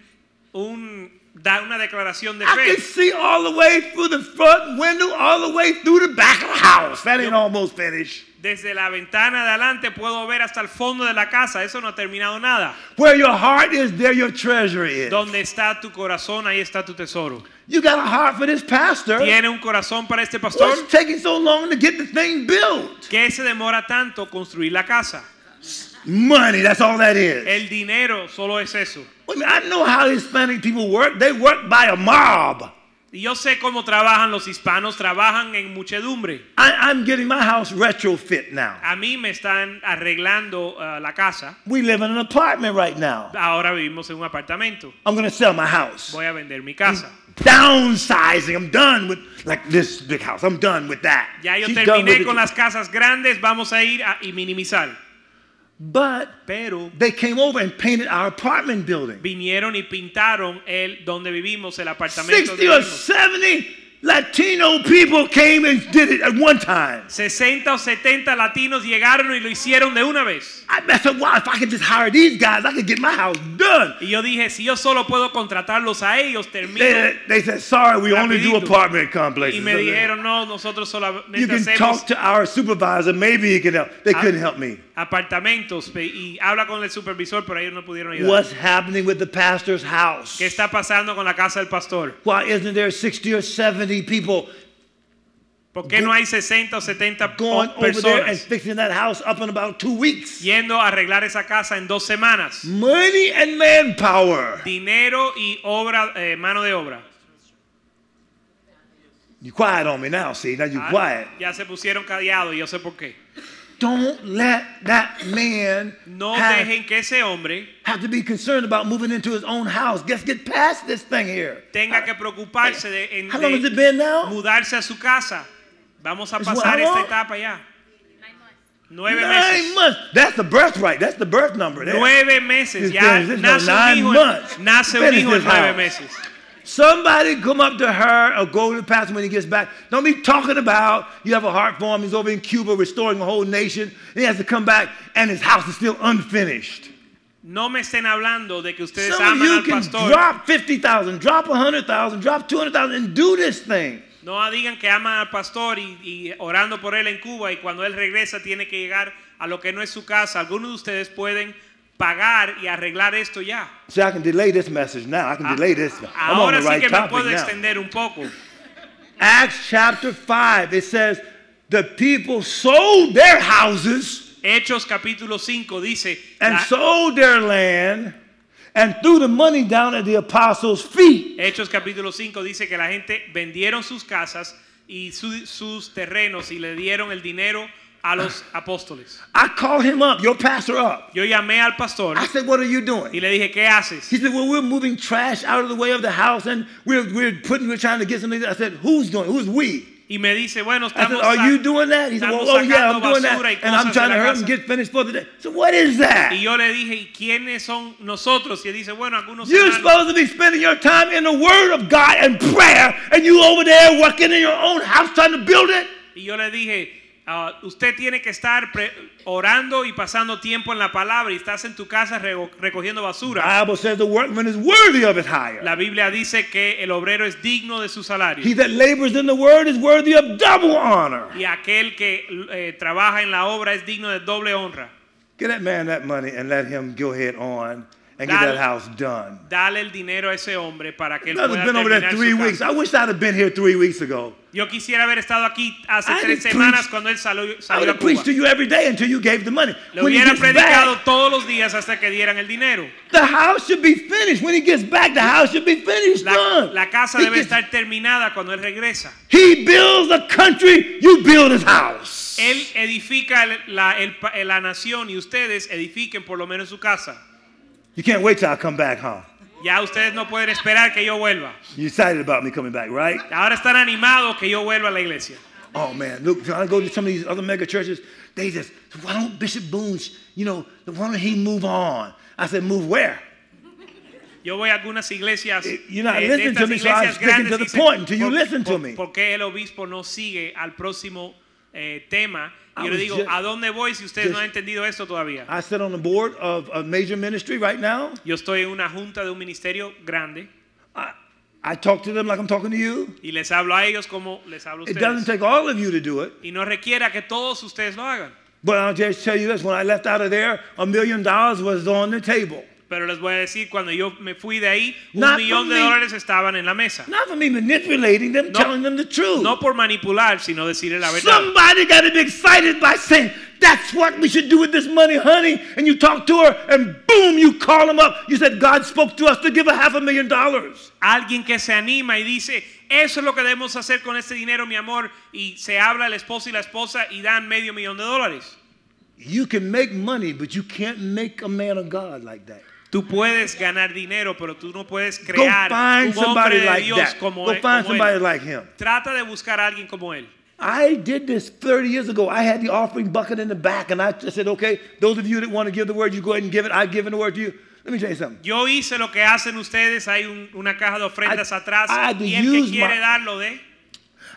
un- da una declaración de
I
fe.
can see all the way through the front window, all the way through the back of the house. That ain't almost finished.
Desde la ventana de adelante puedo ver hasta el fondo de la casa. Eso no ha terminado nada.
Where your heart is, there your treasure is.
Donde está tu corazón, ahí está tu tesoro.
You got a heart for this pastor.
¿Tiene un corazón para este pastor?
What's taking so long to get the thing built?
¿Qué se demora tanto construir la casa?
Money, that's all that is.
El dinero solo es eso.
I, mean, I know how Hispanic people work. They work by a mob.
Y yo sé cómo trabajan los hispanos, trabajan en muchedumbre.
I, I'm getting my house retrofit now.
A mí me están arreglando ah, la casa.
We live in an apartment right now.
Ahora vivimos en un apartamento.
I'm gonna sell my house.
Voy a vender mi casa.
Downsizing. I'm done with like this big house. I'm done with that.
Ya yo
She's done with
terminé
it.
con las casas grandes, vamos a ir a, y minimizar.
But
Pero
they came over and painted our apartment building.
vinieron y pintaron el donde vivimos, el apartamento.
Sixty
Donde
or
vivimos.
seventy Latino people came and did it at one time.
60 o 70 latinos llegaron y lo hicieron de una vez.
I I said, wow, if I could just hire these guys, I could get my house done.
Y yo dije, si yo solo puedo contratarlos a ellos, termino.
They, they said, sorry, we only do
Rapidito.
apartment complexes.
Y me
So they-
dijeron, no, nosotros
eh, you
solamente
can
hacemos
talk to our supervisor. Maybe he can help. They
Ah.
couldn't help me.
apartamentos. pe- Y habla con el supervisor, pero ellos no pudieron ayudar.
What's happening with the pastor's house?
¿Qué está pasando con la casa del pastor?
Why isn't there 60 or 70 people
¿Por qué no hay 60 o 70
going
po-
over there and
Oh, personas
fixing that house up in about two weeks.
yendo a arreglar esa casa en dos
Mm.
semanas?
Money and manpower.
Dinero y obra, eh, mano de obra.
You quiet on me now, see? Now you
Ah,
quiet.
Ya se pusieron cadeados y yo sé por qué.
Don't let that man
No
have,
dejen que ese hombre
have to be concerned about moving into his own house. Let's get past this thing here.
tenga que preocuparse de, en-
How long
de
has it been now?
mudarse a su casa. Vamos a
It's what, how
pasar esta
long?
etapa ya. Nueve meses.
Nine months. That's the birthright. That's the birth number there.
Nueve meses.
This
Ya
thing is- this is
nace un
nine
hijo,
months.
en- nace un
Finish
hijo en
this
nueve
house.
meses.
Somebody come up to her or go to the pastor when he gets back. Don't be talking about you have a heart for him. He's over in Cuba restoring a whole nation. And he has to come back and his house is still unfinished.
No me estén hablando de que ustedes
Some of
aman
you
al
can
pastor.
drop 50,000, drop 100,000, drop 200,000 and do this thing.
No digan que aman al pastor y, y orando por él en Cuba y cuando él regresa tiene que llegar a lo que no es su casa. Algunos de ustedes pueden pagar y arreglar esto ya. Ah,
See, I can delay this message now. I can delay this. I'm on
Ahora
the
sí
right
que me
topic
puedo
now.
extender un poco.
Acts chapter 5, it says, The people sold their houses
Hechos capítulo 5 dice,
and
la-
sold their land and threw the money down at the apostles' feet.
Hechos capítulo 5 dice que la gente vendieron sus casas y su- sus terrenos y le dieron el dinero a los apóstoles.
I called him up, your pastor up.
Yo llamé al pastor
I said, What are you
y
doing?
le dije, ¿qué haces?
He said, Well, we're moving trash out of the way of the house and we're, we're putting, we're trying to get something. I said, Who's doing? it? Who's we?
Y me dice, bueno,
I said,
estamos...
Are
sa-
you doing that? He said,
estamos
Well, oh yeah, I'm
sacando
doing
basura y
that. And I'm
cosas de
trying to
la
hurry him
casa.
get finished for the day. So what is
Y
that?
yo le dije, ¿y quiénes son nosotros? Y él dice, bueno, algunos
You're
serán-
supposed to be spending your time in the Word of God and prayer, and you over there working in your own house trying to build it.
Y yo le dije, ah, usted tiene que estar pre- orando y pasando tiempo en la palabra y estás en tu casa reco- recogiendo
The
basura.
Bible says the workman is worthy of his hire.
La Biblia dice que el obrero es digno de su salario.
He that labors in the Word is worthy of double honor.
Y aquel que eh, trabaja en la obra es digno de doble honra.
Get that man that money and let him go ahead on and get
Dale.
that house done.
Dale el dinero a ese hombre para que él
I've
pueda
been over there
terminar
three
su
weeks.
casa.
I wish I'd have been here three weeks ago.
Yo quisiera haber estado aquí hace
I
tres
didn't
semanas
preach-
cuando él salió,
I would
salió a
have preached to
Cuba.
you every day until you gave the money.
Le
When he
hubiera
gets back,
predicado todos los días hasta que dieran el dinero.
The house should be finished. When he gets back, the house should be finished.
La,
done.
la casa
he,
debe
gets-
estar terminada cuando él regresa.
he builds a country, you build his house.
Él edifica el- la, el pa- eh, la nación y ustedes edifiquen por lo menos su casa.
You can't wait till I come back, huh?
Ya ustedes no pueden esperar que yo vuelva.
You excited about me coming back, right?
Ahora están animados que yo vuelva a la iglesia.
Oh man, look, I go to some of these other mega churches. They just, why don't Bishop Boone's, you know, why don't he move on? I said, move where?
Yo voy a algunas iglesias.
You're not
eh, de
listening
estas
to me, so I'm
iglesias
sticking
grandes
to the
dicen,
point until you
"¿Por-
listen to
por-
me?"
¿Por qué el obispo no sigue al próximo eh, tema?
I
Y yo le
was
digo,
just-
¿a dónde voy si ustedes no
just-
han entendido esto todavía?
I sit on the board of a major ministry right now.
Yo estoy en una junta de un ministerio grande
I, I talk to them like I'm talking to you.
y les hablo a ellos como les hablo a
It doesn't
ustedes.
take all of you to do it.
Y no requiera que todos ustedes lo hagan.
But I'll just tell you this when I left out of there, a million dollars was on the table.
Pero les voy a decir, cuando yo me fui de ahí, un
Not
millón
for
de
me.
dólares estaban en la mesa.
Not for me manipulating them,
No.
telling them the truth.
No por manipular, sino decirle la verdad.
Somebody got to be excited by saying, That's what we should do with this money, honey. And you talk to her, and boom, you call them up. You said, God spoke to us to give a half a million dollars.
Alguien que se anima y dice, eso es lo que debemos hacer con este dinero, mi amor. Y se habla el esposo y la esposa y dan medio millón de dólares.
You can make money, but you can't make a man of God like that.
Tú puedes ganar dinero, pero tú no puedes
Go
crear
find
un
somebody
hombre de
like
Dios
that.
como,
Go
él-
find
como
somebody
él.
like him.
Trata de buscar a alguien como él.
I did this 30 years ago. I had the offering bucket in the back, and I just said, okay, those of you that want to give the word, you go ahead and give it. I've given the word to you. Let me tell you something.
Yo hice lo que hacen ustedes, hay un- una caja de ofrendas
I-
atrás
I had to
y el que
use
quiere
my-
dar lo de.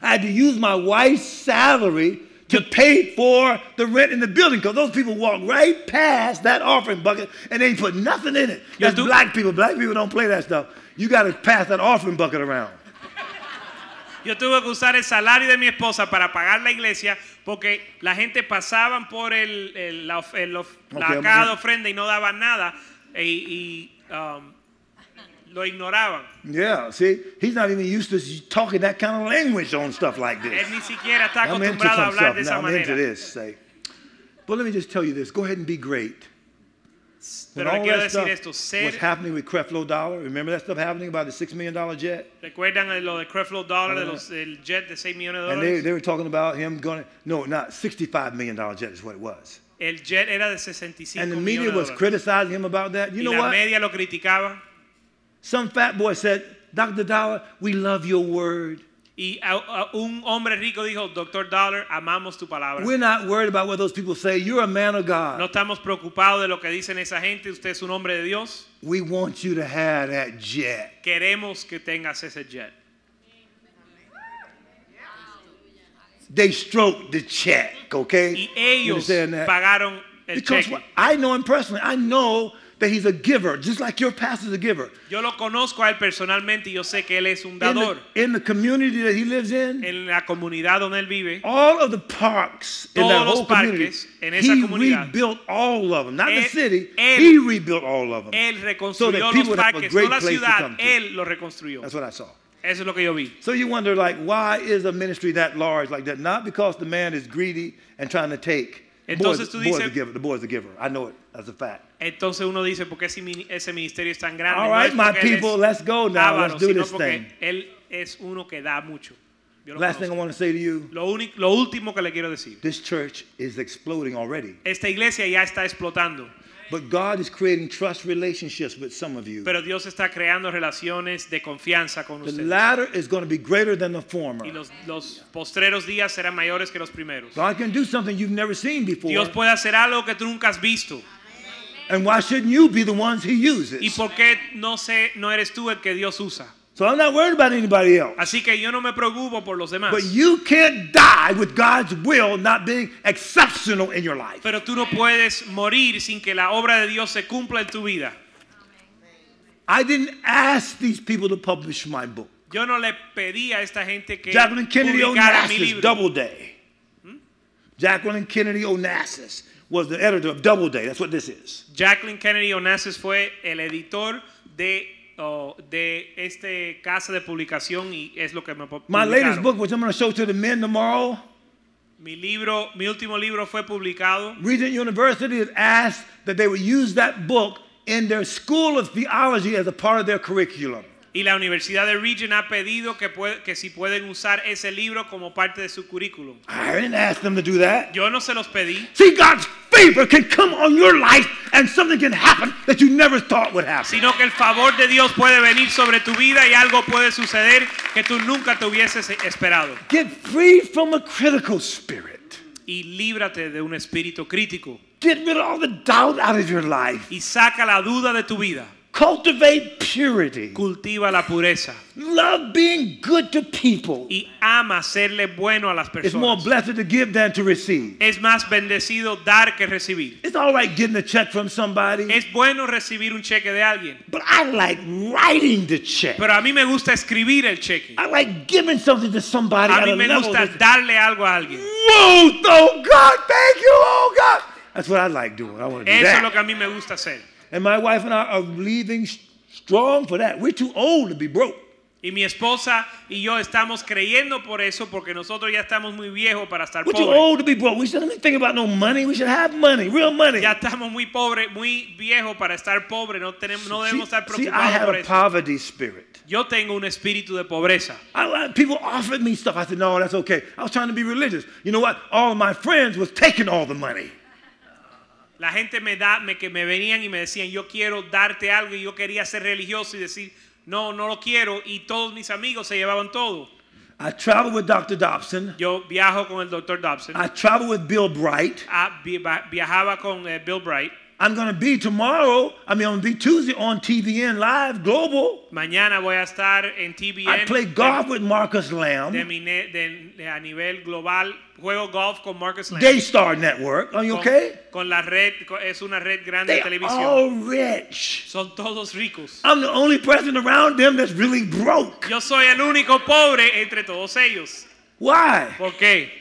I had to use my wife's salary to pay for the rent in the building because those people walk right past that offering bucket and they put nothing in it.
Yo
That's
tu-
black people. Black people don't play that stuff. You got to pass that offering bucket around.
Yo tuve que usar el salario de mi esposa para pagar la iglesia porque la gente pasaban por el, el- la, of- el of- la
Ok,
caja de
vamos a-
ofrenda y no daban nada. E- Y, um, lo ignoraban.
Yeah, see, he's not even used to talking that kind of language on stuff like this.
Él ni siquiera está
I'm into
acostumbrado
some
a hablar
stuff.
de
Now
esa
I'm into
manera.
this. Say. But let me just tell you this. Go ahead and be great. When
Pero le
all
quiero
that
decir
stuff
esto,
was
ser,
happening with Creflo Dollar. Remember that stuff happening about the six million dollar jet?
recuerdan lo de Creflo Dollar, de los, el jet de 6 millones de
And they,
dólares.
they were talking about him going. No, not sixty-five million dollar jet is what it was.
El jet era de
And
65
the media
millones
was
de dólares.
criticizing him about that. You
Y
know
la
what?
media lo criticaba.
Some fat boy said, "Dr. Dollar, we love your word.
Y a- a- un hombre rico dijo, Doctor Dollar, amamos tu palabra.
We're not worried about what those people say. You're a man of God.
No estamos preocupados de lo que dicen esa gente. Usted es un hombre de Dios.
We want you to have that jet."
Queremos que tengas ese jet.
They stroked the check, okay?
Y
you
ellos
understand that?
pagaron
uh,
el
Because
cheque.
what- I know him personally. I know that he's a giver, just like your pastor's a giver.
Yo lo conozco a él personalmente y yo sé que él es un
In the,
dador.
in the community that he lives in,
En la comunidad donde él vive,
all of the parks in that
Todos los
whole community,
parques en esa
he
comunidad.
rebuilt all of them. Not the
Él-
city.
él-
He rebuilt all of them.
él
So
reconstruyó
that
los
people would have a
parques, no
great
la
place to
ciudad,
come to.
él los reconstruyó.
That's
Eso
what I saw.
es lo que yo vi.
So you wonder, like, why is a ministry that large like that? Not because the man is greedy and trying to take. The boy is-
Entonces tú
the boy is a
dices-
giver. The boy is a giver. I know it as a fact.
Entonces uno dice, ¿por qué ese mini- ese ministerio es tan grande?
All
No es
right, my
porque él es
people, let's go now.
avaro,
Let's do
sino
this
porque
thing.
Él es uno que da mucho. Yo lo
Last thing I
conozco.
want to say to you
Lo único- lo último que le quiero decir.
this church is exploding already.
Esta iglesia ya está explotando,
But God is creating trust relationships with some of you.
pero Dios está creando relaciones de confianza con
The
ustedes.
latter is going to be greater than the former.
Y los, los postreros días serán mayores que los primeros.
God can do something you've never seen before.
Dios puede hacer algo que tú nunca has visto.
And why shouldn't you be the ones He
¿Y
uses?
por qué no, sé, no eres tú el que Dios usa?
So I'm not worried about anybody else.
Así que yo no me preocupo por los demás.
But you can't die with God's will not being exceptional in your life.
Pero tú no puedes morir sin que la obra de Dios se cumpla en tu vida.
I didn't ask these people to publish my book.
Yo no le pedí a esta gente que
Jacqueline Kennedy
publicara mi
Onassis,
libro. Hmm?
Doubleday. Jacqueline Kennedy Onassis was the editor of Doubleday. That's what this is.
Jacqueline Kennedy Onassis fue el editor de, oh, de este casa de publicación y es lo que me pu-
My latest
publicaron.
book, which I'm going to show to the men tomorrow,
Mi libro, mi último libro fue publicado.
Regent University has asked that they would use that book in their School of Theology as a part of their curriculum.
Y la Universidad de Regent ha pedido que, pue- que si pueden usar ese libro como parte de su currículum.
I didn't ask them to do that.
Yo no se los pedí.
See, God's favor can come on your life and something can happen that you never thought would happen.
sino que el favor de Dios puede venir sobre tu vida y algo puede suceder que tú nunca te hubieses esperado.
Get free from a critical spirit.
Y líbrate de un espíritu crítico
Get rid of all the doubt out of your life.
y saca la duda de tu vida.
Cultivate purity.
Cultiva la pureza
Love being good to people.
y ama serle bueno a las
It's more
personas.
blessed to give than to receive.
Es más bendecido dar que recibir.
It's all right getting a check from somebody,
Es bueno recibir un cheque de alguien,
but I like writing the check.
pero a mí me gusta escribir el cheque.
I like giving something to somebody
A
at
mí
a
me
level
gusta
that's-
darle algo a alguien.
Whoa, oh God, thank you, oh God. That's what I like doing. I want to do
Eso es lo
that.
que a mí me gusta hacer.
And my wife and I are leaving s- strong for that. We're too old to be broke.
Y mi esposa y yo estamos creyendo por eso porque nosotros ya estamos muy viejos para estar
We're too
pobres.
old to be broke. We shouldn't even think about no money. We should have money, real money.
Ya estamos muy pobres, muy viejos para estar pobres. No, tenemos, no
See,
debemos estar
see, I
preocupados
had
por
a
eso.
poverty spirit.
Yo tengo un espíritu de pobreza.
I, like- people offered me stuff. I said, no, that's okay. I was trying to be religious. You know what? All of my friends was taking all the money.
La gente me da, me, que me venían y me decían, yo quiero darte algo y yo quería ser religioso y decir, no, no lo quiero. Y todos mis amigos se llevaban todo.
I traveled with Dr. Dobson.
Yo viajo con el doctor Dobson.
I traveled with Bill Bright.
Ah, vi- va- viajaba con eh, Bill Bright.
I'm going to be tomorrow, I mean, I'm going to be Tuesday on TVN Live Global.
Mañana voy a estar en TBN.
I play golf with Marcus
de,
Lamb,
mi ne- de- de- a nivel global juego golf con Marcus Lamb
Daystar Network. Are you
con,
okay?
con la red co- es una red grande de
They are
televisión
all rich.
son todos ricos
I'm the only person around them that's really broke.
yo soy el único pobre entre todos ellos
Why?
¿por qué?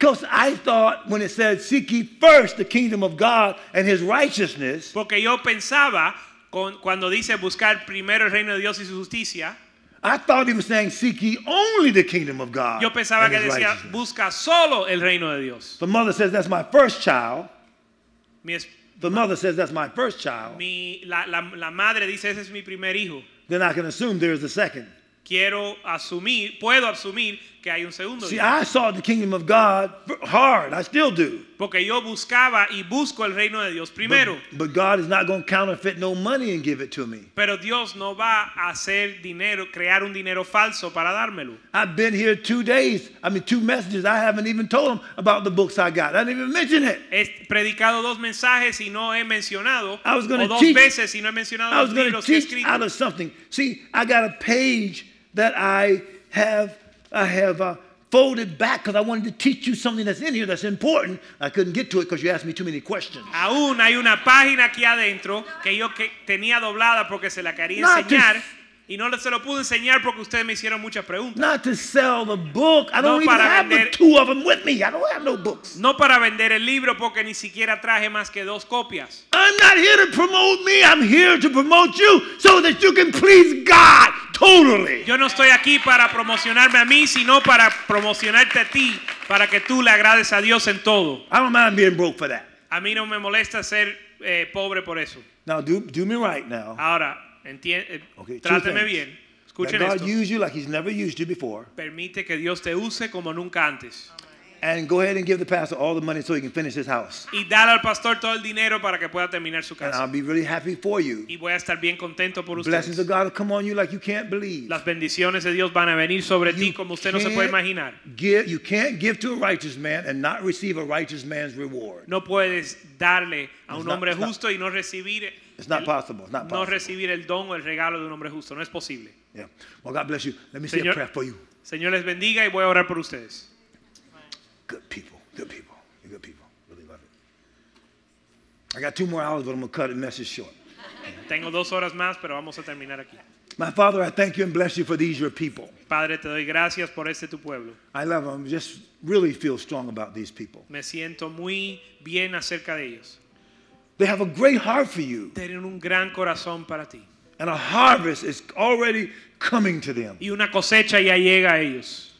Because I thought when it said, Seek ye first the kingdom of God and his righteousness,
porque yo pensaba Con- Cuando dice buscar primero el reino de Dios y su justicia,
I thought he was saying, Seek ye only the kingdom of God.
yo pensaba
and
que
his
decía
righteousness."
busca solo el reino de Dios.
The mother says, That's my first child.
Mi es-
The mother says, That's my first child.
mi- la, la- la madre dice, ese es mi primer hijo.
Then I can assume there is a second.
Quiero asumir, puedo asumir que hay un segundo
See,
hijo.
I saw the kingdom of God f- hard. I still do.
Porque yo buscaba y busco el reino de Dios
But-
primero.
But, God is not going to counterfeit no money and give it to me.
Pero Dios no va a hacer dinero, crear un dinero falso para dármelo.
I've been here two days. I mean, two messages. I haven't even told them about the books I got. I didn't even mention it.
He predicado dos mensajes y no he mencionado.
I was gonna
O dos
teach-
veces y no he mencionado
I was
Ah, los
going to
libros que he
teach
escrito.
out of something. See, I got a page that I have, I have uh, folded back because I wanted to teach you something that's in here that's important. I couldn't get to it because you asked me too many questions.
Aún hay una página aquí adentro que yo que tenía doblada porque se la quería
Not
enseñar
to-
y no se lo pude enseñar porque ustedes me hicieron muchas preguntas.
Not to sell the book. I
No
don't even
para
have the
vender.
two of them with me. I don't have no books.
No para vender el libro porque ni siquiera traje más que dos copias.
I'm not here to promote me. I'm here to promote you so that you can please God totally.
Yo no estoy aquí para promocionarme a mí, sino para promocionarte a ti, para que tú le agrades a Dios en todo.
I don't mind being broke for that.
A mí no me molesta ser eh, pobre por eso.
Now do do me right
Ah,
now.
Ahora, entien- eh,
Okay, two
tráteme
things.
bien.
Let
Escuchen
God
esto.
use you like He's never used you before.
Permite que Dios te use como nunca antes.
And go ahead and give the pastor all the money so he can finish his house.
Y dale al pastor todo el dinero para que pueda terminar su
And
casa.
I'll be really happy for you.
Y voy a estar bien contento por
Blessings of
ustedes.
God will come on you like you can't believe.
Las bendiciones de Dios van a venir sobre ti
You
como usted no se puede
can't
imaginar.
Give, you can't give to a righteous man and not receive a righteous man's reward.
No puedes darle a
It's
un
not-
hombre
it's not-
justo y no recibir
It's not
el-
possible. It's not
no
possible.
recibir el don o el regalo de un hombre justo. No es posible.
Yeah. Well, God bless you. Let me say a
Señor-
prayer for you.
Señor les bendiga y voy a orar por ustedes.
Good people. Good people. You're good people. Really love it. I got two more hours, but I'm going to cut the message short.
Tengo dos horas más, pero vamos a terminar aquí.
My Father, I thank you and bless you for these, your people.
Padre, te doy gracias por este tu pueblo.
I love them. Just really feel strong about these people.
Me siento muy bien acerca de ellos.
They have a great heart for you.
Tienen un gran corazón para ti.
and a harvest is already coming to them.
Y una cosecha ya llega a ellos.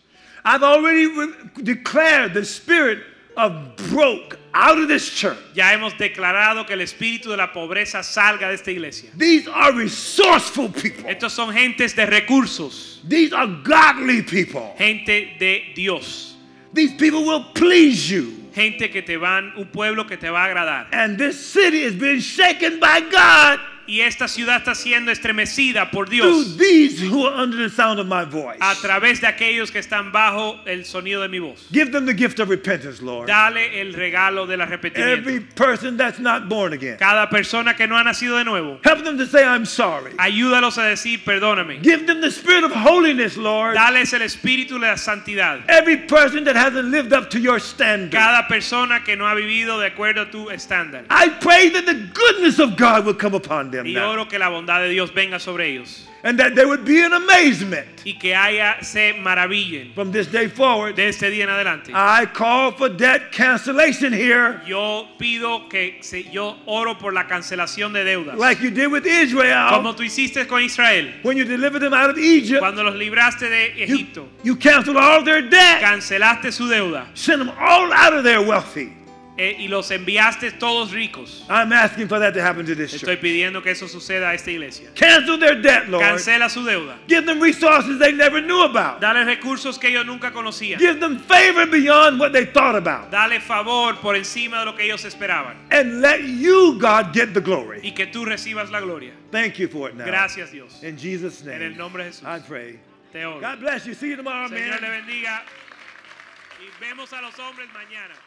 I've already re- declared the spirit of broke out of this church.
Ya hemos declarado que el espíritu de la pobreza salga de esta iglesia.
These are resourceful people.
Estos son gentes de recursos,
These are godly people.
gente de Dios,
These people will please you.
gente que te van, un pueblo que te va a agradar.
And this city is being shaken by God
Y esta ciudad está siendo estremecida por
through
Dios
these who are under the sound of my voice.
a través de aquellos que están bajo el sonido de mi voz.
Give them the gift of repentance, Lord.
Dale el regalo del
Every
arrepentimiento.
person that's not born again,
Cada persona que no ha nacido de nuevo,
help them to say, I'm sorry.
ayúdalos a decir perdóname.
Give them the spirit of holiness, Lord.
Dales el espíritu de la santidad.
Every person that hasn't lived up to your standard.
Cada persona que no ha vivido de acuerdo a tu estándar.
I pray that the goodness of God will come upon them
Y
now.
oro que la bondad de Dios venga sobre ellos
And that they would be in amazement
y que haya se maravillen
from this day forward.
de este día en adelante.
I call for debt cancellation here,
Yo pido que se- yo oro por la cancelación de deudas,
like you did with Israel
como tú hiciste con Israel
when you delivered them out of Egypt.
cuando los libraste de
You,
Egipto.
you canceled all their debt,
Cancelaste su deuda
sent them all out of there wealthy.
eh, y los enviaste todos ricos.
I'm asking for that to happen to this
Estoy
church.
pidiendo que eso suceda a esta iglesia.
Cancel their debt, Lord.
Cancela su deuda.
Give them resources they never knew about.
Dale recursos que ellos nunca conocían.
Give them favor beyond what they thought about.
Dale favor por encima de lo que ellos esperaban
and let you, God, get the glory.
y que tú recibas la gloria.
Thank you for it now. Eh,
Gracias Dios.
In Jesus' name.
En el nombre de Jesús.
I pray.
Te oro.
God bless you. See you tomorrow,
Señor le
man.
bendiga. Y vemos a los hombres mañana.